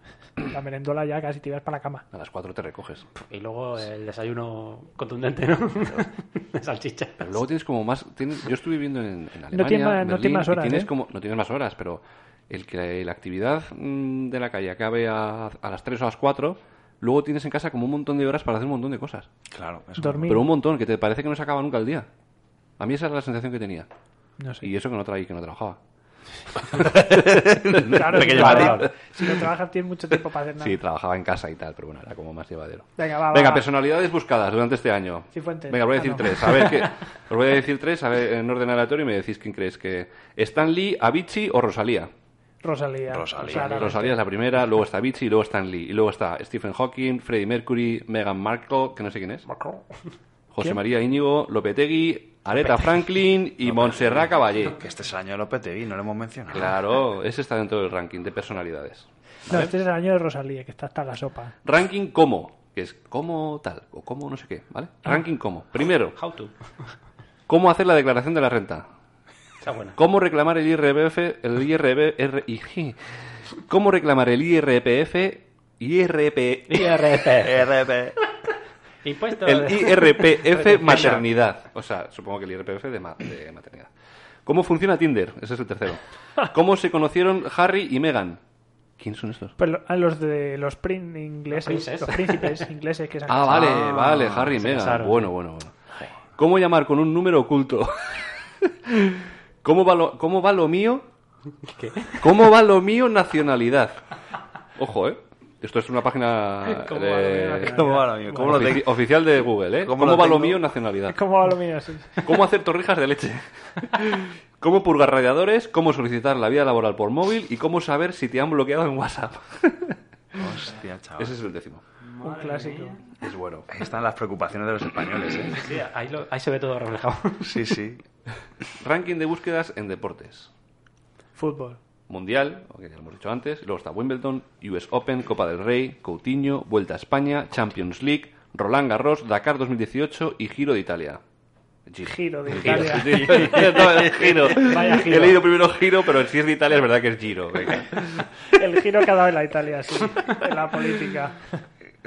S2: La merendola ya casi te ibas para la cama.
S1: a las 4 te recoges.
S4: Y luego el desayuno contundente, ¿no? De salchicha.
S1: Pero luego tienes como más. tienes- yo estuve viviendo en, en Alemania.
S2: tiene más- no
S1: en Berlín,
S2: tiene más
S1: y
S2: horas,
S1: tienes
S2: ¿eh?
S1: como, no tienes más horas, pero el que la actividad mm, de la calle acabe a, a las 3 o a las 4, luego tienes en casa como un montón de horas para hacer un montón de cosas.
S3: claro, eso.
S2: Dormir.
S1: Pero un montón, que te parece que no se acaba nunca el día. A mí esa era la sensación que tenía.
S2: No sé.
S1: Y eso que no traí, que no trabajaba.
S2: Claro, si,
S3: Pequeño
S2: no
S3: Madrid.
S2: trabajas- si no trabajas tienes mucho tiempo para hacer nada.
S1: Sí, trabajaba en casa y tal, pero bueno, era como más llevadero.
S2: Venga, va, va,
S1: Venga,
S2: va.
S1: personalidades buscadas durante este año.
S2: Cifuentes.
S1: Venga, os voy a
S2: Ah,
S1: decir
S2: no.
S1: tres. A ver qué. Os voy a decir tres a ver, en orden aleatorio y me decís quién creéis que. ¿Stan Lee, Avicii o Rosalía?
S2: Rosalía.
S3: Rosalía.
S2: Claramente.
S1: Rosalía es la primera, luego está Avicii y luego Stan Lee. Y luego está Stephen Hawking, Freddie Mercury, Meghan Markle, que no sé quién es. José María Íñigo, Lopetegui, Aretha Franklin y Montserrat Caballé.
S3: Que este es el año de Lopetegui, no lo hemos mencionado.
S1: Claro, ese está dentro del ranking de personalidades.
S2: No, este es el año de Rosalía, que está hasta la sopa.
S1: Ranking como, que es como tal, o como no sé qué, ¿vale? Ranking como. Primero,
S4: How to.
S1: cómo hacer la declaración de la renta.
S4: Está buena.
S1: Cómo reclamar el IRPF, el IRB, RIG. Cómo reclamar el IRPF, IRP,
S4: IRP.
S3: RP.
S4: Impuesto.
S1: el
S4: de-
S1: IRPF maternidad. O sea, supongo que el IRPF de, ma- de maternidad. ¿Cómo funciona Tinder? Ese es el tercero. ¿Cómo se conocieron Harry y Meghan? ¿Quién son estos?
S2: Pues lo- a los de los prin ingleses,
S4: princes.
S2: los príncipes ingleses que se han
S1: Ah,
S2: casado.
S1: vale, vale, Harry y
S4: se
S1: Meghan.
S4: casaron.
S1: Bueno, bueno, bueno. ¿Cómo llamar con un número oculto? ¿Cómo va lo, cómo va lo mío?
S4: ¿Qué?
S1: ¿Cómo va lo mío nacionalidad? Ojo, ¿eh? Esto es una página
S4: ¿Cómo
S1: de-
S4: va lo mío nacionalidad?
S3: ¿Cómo va lo mío? ¿Cómo lo
S1: ofici-
S3: tengo?
S1: oficial de Google, ¿eh?
S3: ¿Cómo
S1: ¿Cómo,
S3: lo
S1: va lo
S3: tengo?
S1: mío nacionalidad?
S2: ¿Cómo va lo mío? Sí.
S1: ¿Cómo hacer torrijas de leche? ¿Cómo purgar radiadores? ¿Cómo solicitar la vida laboral por móvil? ¿Y cómo saber si te han bloqueado en WhatsApp?
S3: Hostia, chaval.
S1: Ese es el décimo.
S2: Un clásico.
S1: Es bueno.
S3: Ahí están las preocupaciones de los españoles, ¿eh?
S4: Sí, ahí, lo- ahí se ve todo reflejado.
S3: Sí, sí.
S1: Ranking de búsquedas en deportes.
S2: Fútbol.
S1: Mundial, o que ya lo hemos dicho antes, luego está Wimbledon, US Open, Copa del Rey, Coutinho, Vuelta a España, Champions League, Roland Garros, Dakar 2018 y Giro de Italia. Giro.
S2: Giro de
S1: El
S2: Italia.
S1: Giro. No, el giro.
S2: Vaya giro.
S1: He leído primero Giro, pero si es de Italia es verdad que es Giro. Venga.
S2: El giro que ha dado en la Italia, sí. En la política.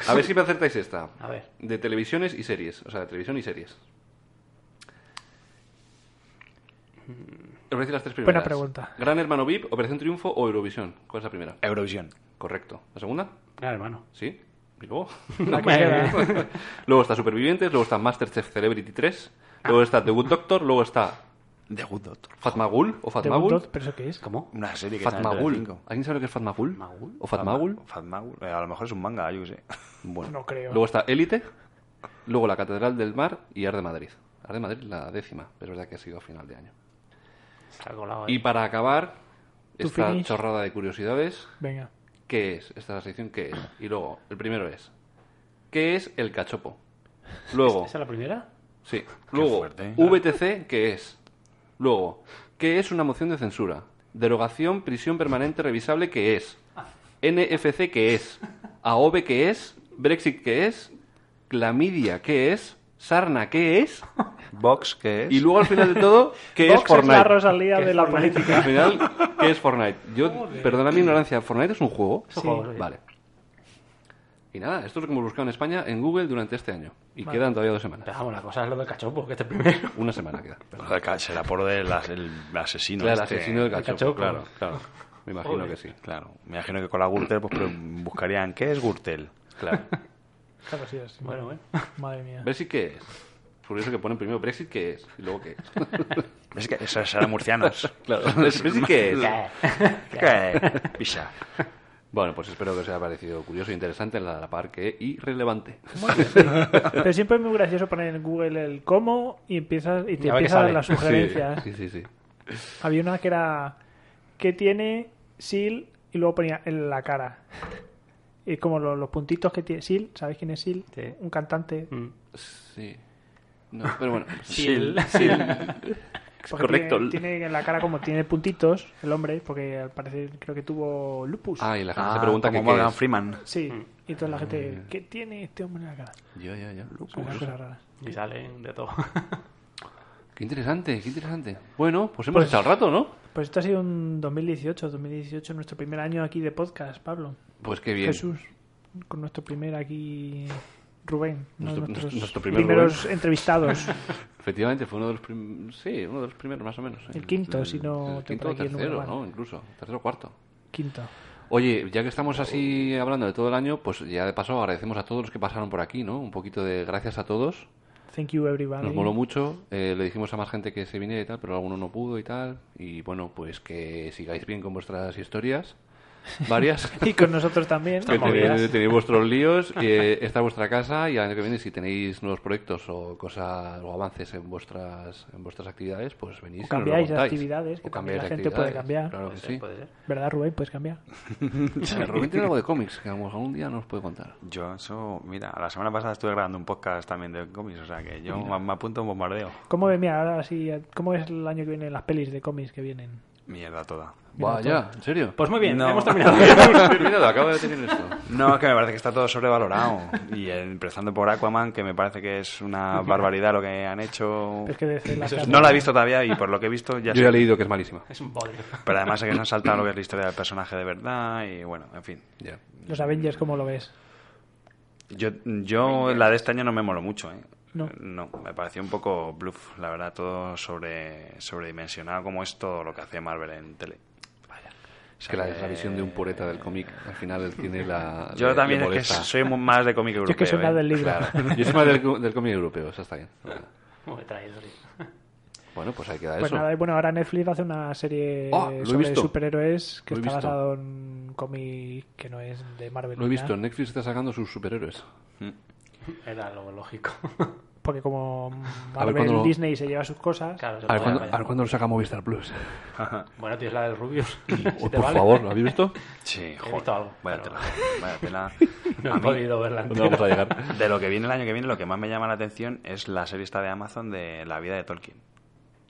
S1: A ver si me acertáis esta.
S4: A ver.
S1: De televisiones y series. O sea, de televisión y series. Os voy a decir las tres
S2: Buena
S1: primeras.
S2: pregunta.
S1: Gran Hermano VIP, Operación Triunfo o Eurovisión. ¿Cuál es la primera?
S3: Eurovisión.
S1: Correcto. ¿La segunda?
S4: Claro, hermano.
S1: ¿Sí? ¿Y luego?
S4: No
S2: La que queda.
S1: luego está Supervivientes, luego está Masterchef Celebrity 3,
S2: Ah.
S1: Luego está The Good Doctor, luego está
S3: The Good Doctor.
S1: Fatmagul o
S2: The Good
S1: Fatmagul.
S2: Doctor, ¿Pero eso qué es?
S4: ¿Cómo?
S3: Una serie que está en
S1: Fatmagul.
S3: Telecinco.
S1: ¿Alguien sabe lo que es Fatmagul?
S4: ¿Magul?
S1: ¿O Fatmagul?
S3: Fatmagul. Eh, a lo mejor es un manga, yo qué sé. Bueno.
S2: No creo.
S1: Luego está Élite, luego la Catedral del Mar y Ar de Madrid. Ar de Madrid la décima, pero es verdad que ha sido a final de año.
S4: Se ha colado ahí.
S1: Y para acabar,
S2: To
S1: esta
S2: finish.
S1: chorrada de curiosidades,
S2: Venga.
S1: ¿qué es? Esta es la sección, ¿qué es? Y luego, el primero es, ¿qué es el cachopo? Luego,
S4: ¿Esa es la primera?
S1: sí, luego,
S3: fuerte.
S1: VTC, ¿qué es? Luego, ¿qué es una moción de censura? Derogación, prisión permanente revisable, ¿qué es? NFC, ¿qué es? AOB, ¿qué es? Brexit, ¿qué es? Clamidia, ¿qué es? Sarna, ¿qué es?
S3: Vox, ¿qué es?
S1: Y luego al final de todo, ¿qué es
S2: Vox
S1: Fortnite?
S2: la Rosalía
S4: ¿Qué
S2: de
S4: es
S2: la
S4: Fortnite?
S2: política.
S1: Al final, ¿qué es Fortnite? Yo, perdona mi ignorancia, ¿Fortnite es un juego?
S4: Sí. juego, sí.
S1: Vale. Y nada, esto es lo que hemos buscado en España en Google durante este año. Y quedan todavía dos semanas.
S4: Pero vamos, la cosa es lo del cachopo, que este es primero.
S1: Una semana queda. Pero-
S3: Lo de Cal- Será por del as- el asesino.
S1: claro,
S3: este.
S1: asesino del
S4: el
S1: cachopo.
S4: cachopo.
S1: Claro, claro. Me imagino
S4: Joder.
S1: que sí.
S3: Claro. Me imagino que con la Gürtel pues, pero buscarían qué es Gürtel.
S1: Claro.
S2: Claro, sí, es-
S4: Bueno, bueno.
S2: Madre mía.
S1: ¿Brexit qué es? Curioso que ponen primero Brexit qué es y luego qué es.
S3: Es que esos serán murcianos.
S1: claro. ¿Brexit qué es?
S3: ¿Qué? Pisa.
S1: Bueno, pues espero que os haya parecido curioso e interesante a la par que irrelevante.
S2: Pero siempre es muy gracioso poner en Google el cómo y empiezas y te
S4: Y a ver qué
S2: empiezan a dar
S4: sale.
S2: las
S1: Sí,
S2: sugerencias.
S1: Sí, sí, sí.
S2: Había una que era ¿qué tiene Sil? Y luego ponía en la cara. Y como lo- los puntitos que tiene Sil, ¿sabéis quién es Sil?
S4: Sí.
S2: Un cantante.
S4: Mm.
S1: Sí. No, pero bueno.
S4: Sil.
S1: Sil.
S2: Porque
S1: Correcto.
S2: Tiene, tiene en la cara como tiene puntitos el hombre, porque al parecer creo que tuvo lupus.
S1: Ah, y la Mm. gente se pregunta
S3: como
S1: que qué
S3: Morgan
S1: es.
S3: Freeman.
S2: Sí.
S4: Mm.
S2: Y toda la gente, ¿qué tiene este hombre en la cara?
S1: Yo, yo, yo.
S2: Son unas cosas raras.
S4: Y salen de todo.
S1: Qué interesante, qué interesante. Bueno, pues hemos
S2: Pues-
S1: echado el rato, ¿no?
S2: Pues esto ha sido un 2018, 2018, nuestro primer año aquí de podcast, Pablo.
S1: Pues qué bien.
S2: Jesús, con nuestro primer aquí Rubén, uno de
S1: Nuestro-
S2: nuestros
S1: nuestro primer
S2: primeros entrevistados,
S1: Efectivamente, fue uno de los prim- sí, uno de los primeros más o menos. ¿eh?
S2: El quinto, si no
S1: el
S2: te
S1: quinto o
S2: parece el número
S1: tercero,
S2: mal.
S1: ¿no? Incluso, tercero o cuarto.
S2: quinto.
S1: Oye, ya que estamos así hablando de todo el año, pues ya de paso agradecemos a todos los que pasaron por aquí, ¿no? Un poquito de gracias a todos.
S2: Thank you everybody.
S1: Nos moló mucho, eh, le dijimos a más gente que se viniera y tal, pero alguno no pudo y tal. Y bueno, pues que sigáis bien con vuestras historias, varias.
S2: Y con nosotros también.
S1: Que tenéis,
S4: movidas.
S1: tenéis vuestros líos, eh, está vuestra casa y el año que viene si tenéis nuevos proyectos o cosas o avances en vuestras en vuestras actividades, pues venís. y
S2: O
S1: nos lo
S2: cambiáis
S1: contáis.
S2: actividades, que
S1: O
S2: también
S1: cambiáis
S2: la gente puede
S1: actividades,
S2: cambiar.
S1: Claro que
S4: Puede ser,
S1: sí.
S4: Eh, puede ser.
S2: ¿Verdad, Rubén? Puedes cambiar.
S1: Rubén tiene algo de cómics que a lo mejor algún día nos puede contar.
S3: Yo, eso, mira, la semana pasada estuve grabando un podcast también de cómics, o sea que yo me, me apunto a un bombardeo.
S2: ¿Cómo ves, mira, ahora sí, cómo es el año que viene las pelis de cómics que vienen?
S3: Mierda toda.
S1: Vaya, ¿en serio?
S4: Pues muy bien,
S3: No.
S4: hemos terminado.
S1: Terminado, acabo de tener esto.
S3: No, es que me parece que está todo sobrevalorado. Y empezando por Aquaman, que me parece que es una barbaridad lo que han hecho.
S2: Es que desde la casa-
S3: No la he visto todavía y por lo que he visto ya
S1: Yo ya he
S3: sé.
S1: leído que es malísima.
S4: Es un bodrio.
S3: Pero además es que se han saltado lo que es la historia del personaje de verdad y bueno, en fin.
S1: Ya.
S2: los Avengers, ¿cómo lo ves?
S3: Yo, yo la de este año no me moló mucho, ¿eh?
S2: No.
S3: me pareció un poco bluff, la verdad, todo sobre sobredimensionado como es todo lo que hace Marvel en tele.
S1: Es que la, es la visión de un pureta del cómic. Al final el cine la.
S3: Yo
S1: le- le
S3: también es que
S1: molesta.
S3: soy mu- más de cómic europeo.
S2: Yo es que soy más
S3: ¿eh?
S2: del libro.
S1: Yo soy más del, co- del cómic europeo, eso está bien.
S4: Muy traidor.
S1: Bueno, pues ahí queda
S2: Pues
S1: eso.
S2: nada, y bueno, ahora Netflix hace una serie
S1: Ah, lo he
S2: sobre
S1: visto.
S2: superhéroes que
S1: Lo he
S2: está
S1: visto.
S2: basado en un cómic que no es de Marvel.
S1: Lo he
S2: ni nada.
S1: visto, Netflix está sacando sus superhéroes.
S4: Era lo lógico.
S2: Porque como
S1: cuándo
S2: Marvel
S1: lo-
S2: Disney se lleva sus cosas,
S4: Claro, se
S1: A ver,
S4: podía
S1: cuándo,
S4: pensar.
S1: a ver cuándo lo saca Movistar Plus.
S4: Bueno, tienes la del Rubius. si
S1: Oh,
S4: te
S1: por
S4: vale.
S1: favor, ¿lo habéis visto?
S3: Sí,
S4: He
S3: joder.
S4: visto algo,
S3: Vaya
S4: pero-
S3: tela. Vaya tela. A
S4: No he
S3: mí-
S4: podido verla
S1: ¿Dónde
S4: entera.
S1: vamos a llegar?
S3: De lo que viene el año que viene, lo que más me llama la atención es la serie esta de Amazon de la vida de Tolkien.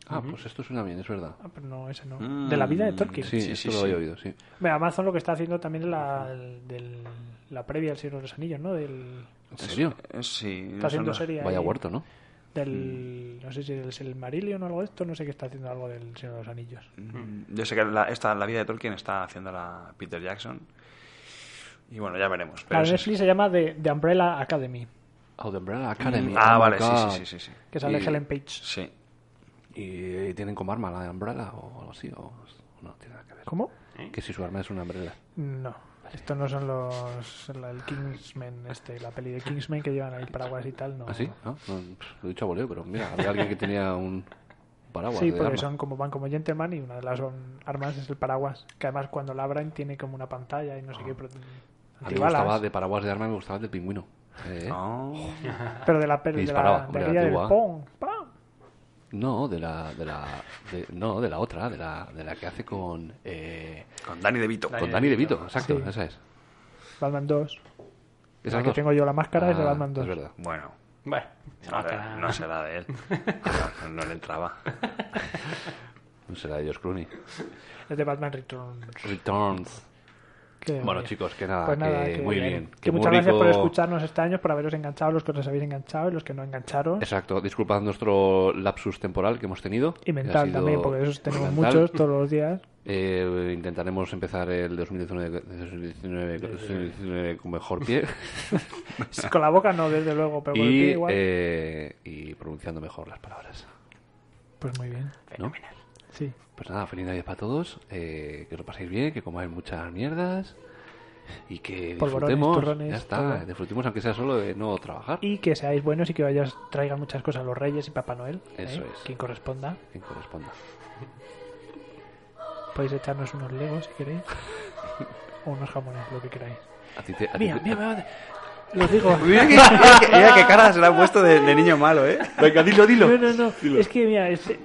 S1: Ah, pues esto suena bien, es verdad.
S2: Ah, pero no, ese no.
S3: Mm,
S2: De la vida de Tolkien.
S1: Sí,
S3: Sí,
S1: esto
S3: sí,
S1: lo había
S3: sí.
S1: oído, sí.
S2: Mira, Amazon lo que está haciendo también es la, del- la previa al Señor de los Anillos, ¿no? Del,
S1: ¿En serio?
S3: Eh, Sí.
S2: está
S3: eso
S2: haciendo
S3: no-
S2: serie.
S1: Vaya
S2: ahí
S1: huerto, Mm. ¿no?
S2: Del, no sé si del Silmarillion o algo de esto, no sé qué está haciendo algo del Señor de los Anillos.
S3: Mm, Yo sé que la, esta, la vida de Tolkien está haciendo la Peter Jackson. Y bueno, ya veremos. pero
S2: La
S3: es
S2: Netflix se llama The, The Umbrella Academy,
S1: Oh, The Umbrella Academy.
S3: Ah,
S1: Oh my
S3: vale, sí,
S1: God.
S3: sí, sí, sí, sí.
S2: que sale
S1: Y-
S2: Helen Page.
S3: Sí.
S1: ¿Y eh, tienen como arma la de Umbrella o algo así? O, o no tiene nada que ver.
S2: ¿Cómo?
S1: Que si su arma es una umbrella.
S2: No. Estos no son los. la- El Kingsman, este, la peli de Kingsman que llevan ahí paraguas y tal. No.
S1: ¿Ah, sí? ¿No? No, pff, lo he dicho a voleo, pero mira, había alguien que tenía un paraguas
S2: Sí,
S1: de
S2: porque
S1: arma.
S2: son como van como gentleman y una de las um, armas es el paraguas. Que además cuando la abren tiene como una pantalla y no
S1: Ah.
S2: sé qué. pro-
S1: A mí me
S2: antibalas.
S1: gustaba de paraguas de arma, me gustaba el del pingüino. Eh,
S3: Oh.
S2: Pero de la peli
S1: Y
S2: de
S1: disparaba,
S2: la de
S1: hombre,
S2: aquella del
S1: antigua.
S2: pong, ¡pam!
S1: No, de la, de la, de- no, de la otra, de la, de la que hace con, eh,
S3: Con Dani De Vito.
S1: con Danny DeVito, exacto,
S2: Sí.
S1: esa es.
S2: Batman 2.
S1: Esas
S2: La que
S1: dos.
S2: tengo yo la máscara es de
S1: Ah,
S2: Batman 2.
S1: Es verdad.
S3: Bueno,
S4: Bueno,
S3: no,
S4: Ah,
S3: será- no será de él. No, no le entraba.
S1: No será de George Clooney.
S2: Es de Batman Returns.
S1: Returns.
S2: Qué
S1: Bueno,
S2: bien.
S1: chicos, que nada,
S2: Pues nada,
S1: que,
S2: que-
S1: muy bien.
S2: que
S1: muy
S2: muchas gracias por
S1: rico.
S2: escucharnos este año, por haberos enganchado, los que os habéis enganchado y los que no engancharon.
S1: Exacto, disculpad nuestro lapsus temporal que hemos tenido.
S2: Y
S1: Ha
S2: mental
S1: sido
S2: también, porque de esos tenemos
S1: mental.
S2: muchos todos los días.
S1: Eh, intentaremos empezar el 2019, 2019, 2019 con mejor pie
S2: Con la boca no, desde luego, pero con el
S1: y,
S2: pie igual.
S1: eh, y pronunciando mejor las palabras.
S2: Pues muy bien,
S1: ¿no?
S2: sí.
S1: Pues nada, feliz Navidad para todos, eh, que os lo paséis bien, que comáis muchas mierdas y que
S2: Polvorones,
S1: disfrutemos.
S2: turrones,
S1: ya está,
S2: todo.
S1: disfrutemos aunque sea solo de no trabajar.
S2: Y que seáis buenos y que vayas traigan muchas cosas los Reyes y Papá Noel. ¿eh?
S1: Eso es.
S2: Quien corresponda.
S1: Quien corresponda.
S2: Podéis echarnos unos legos si queréis. o unos jamones, lo que queráis.
S1: A ti te- a ti
S2: Mira,
S1: te-
S2: mira, mira. Los digo.
S3: Mira qué, mira qué- mira qué cara se le ha puesto de, de niño malo, ¿eh? Venga, dilo, dilo.
S2: No, no, no. Es que, mira, este-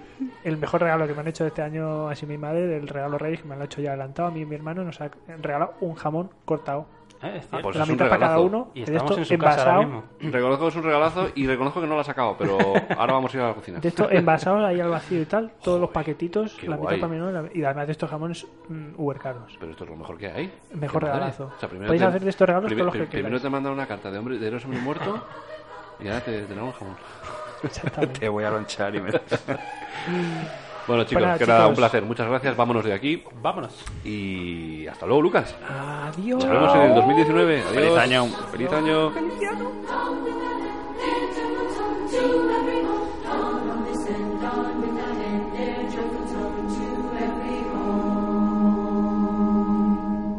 S2: el mejor regalo que me han hecho este año, así mi madre, el regalo Reyes, que me lo ha hecho ya adelantado, a mí y mi hermano nos ha regalado un jamón cortado.
S4: eh, es
S1: Ah,
S4: cierto.
S1: pues
S2: la
S1: es un
S2: mitad para cada
S1: regalazo.
S2: uno.
S4: y
S2: de
S4: estamos
S2: esto
S4: en su casa ahora
S2: envasado.
S4: mismo.
S1: Reconozco que es un regalazo y reconozco que no lo ha sacado, pero ahora vamos a ir a la cocina.
S2: De estos envasados ahí al vacío y tal, todos los paquetitos,
S1: qué
S2: la mitad
S1: guay.
S2: para mí no, la- y además de estos jamones mm, uber caros.
S1: Pero esto es lo mejor que hay.
S2: Mejor
S1: Qué madre.
S2: regalazo.
S1: O sea, primero
S2: Podéis
S1: te-
S2: hacer de estos regalos
S1: prime-
S2: todos los
S1: pri-
S2: que
S1: Primero
S2: queráis.
S1: te mandan una carta de hombre de Eros hombre muerto y ahora te tenemos jamón.
S2: Exactamente.
S3: Te Eh, voy a lonchar y me...
S1: Bueno, chicos,
S2: nada,
S1: que era un
S2: chicos.
S1: placer. Muchas gracias. Vámonos de aquí
S4: Vámonos.
S1: y hasta luego, Lucas.
S2: Adiós.
S1: Nos vemos en el 2019. Adiós.
S3: Feliz año.
S1: Feliz año.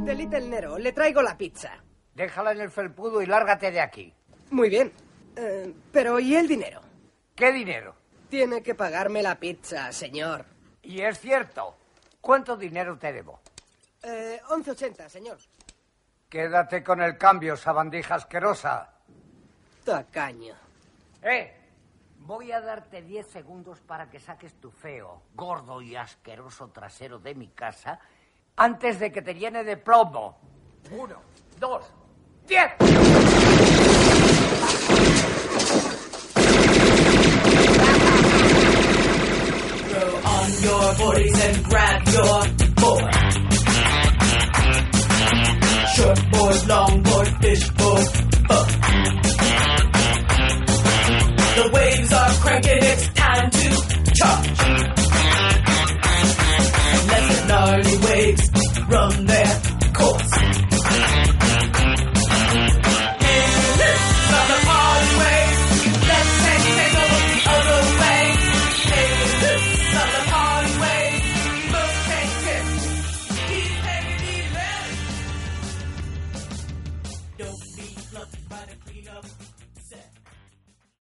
S9: De Little Nero, le traigo la pizza.
S10: Déjala en el felpudo y lárgate de aquí.
S9: Muy bien. Eh, pero ¿y el dinero?
S10: ¿Qué dinero?
S9: Tiene que pagarme la pizza, señor.
S10: Y es cierto. ¿Cuánto dinero te debo?
S9: Eh, 11.80, señor.
S10: Quédate con el cambio, sabandija asquerosa.
S9: Tacaño.
S10: ¡Eh! Voy a darte 10 segundos para que saques tu feo, gordo y asqueroso trasero de mi casa antes de que te llene de plomo. Uno, dos, diez.
S5: on your boardies and grab your board. Short board, long board, fish board, boat. The waves are cranking, it's time to charge. Let the gnarly waves run their course. From the party waves, let's take, take over the other way. Take from the party waves, most take tips. Keep taking the left. Don't be flustered by the cleanup.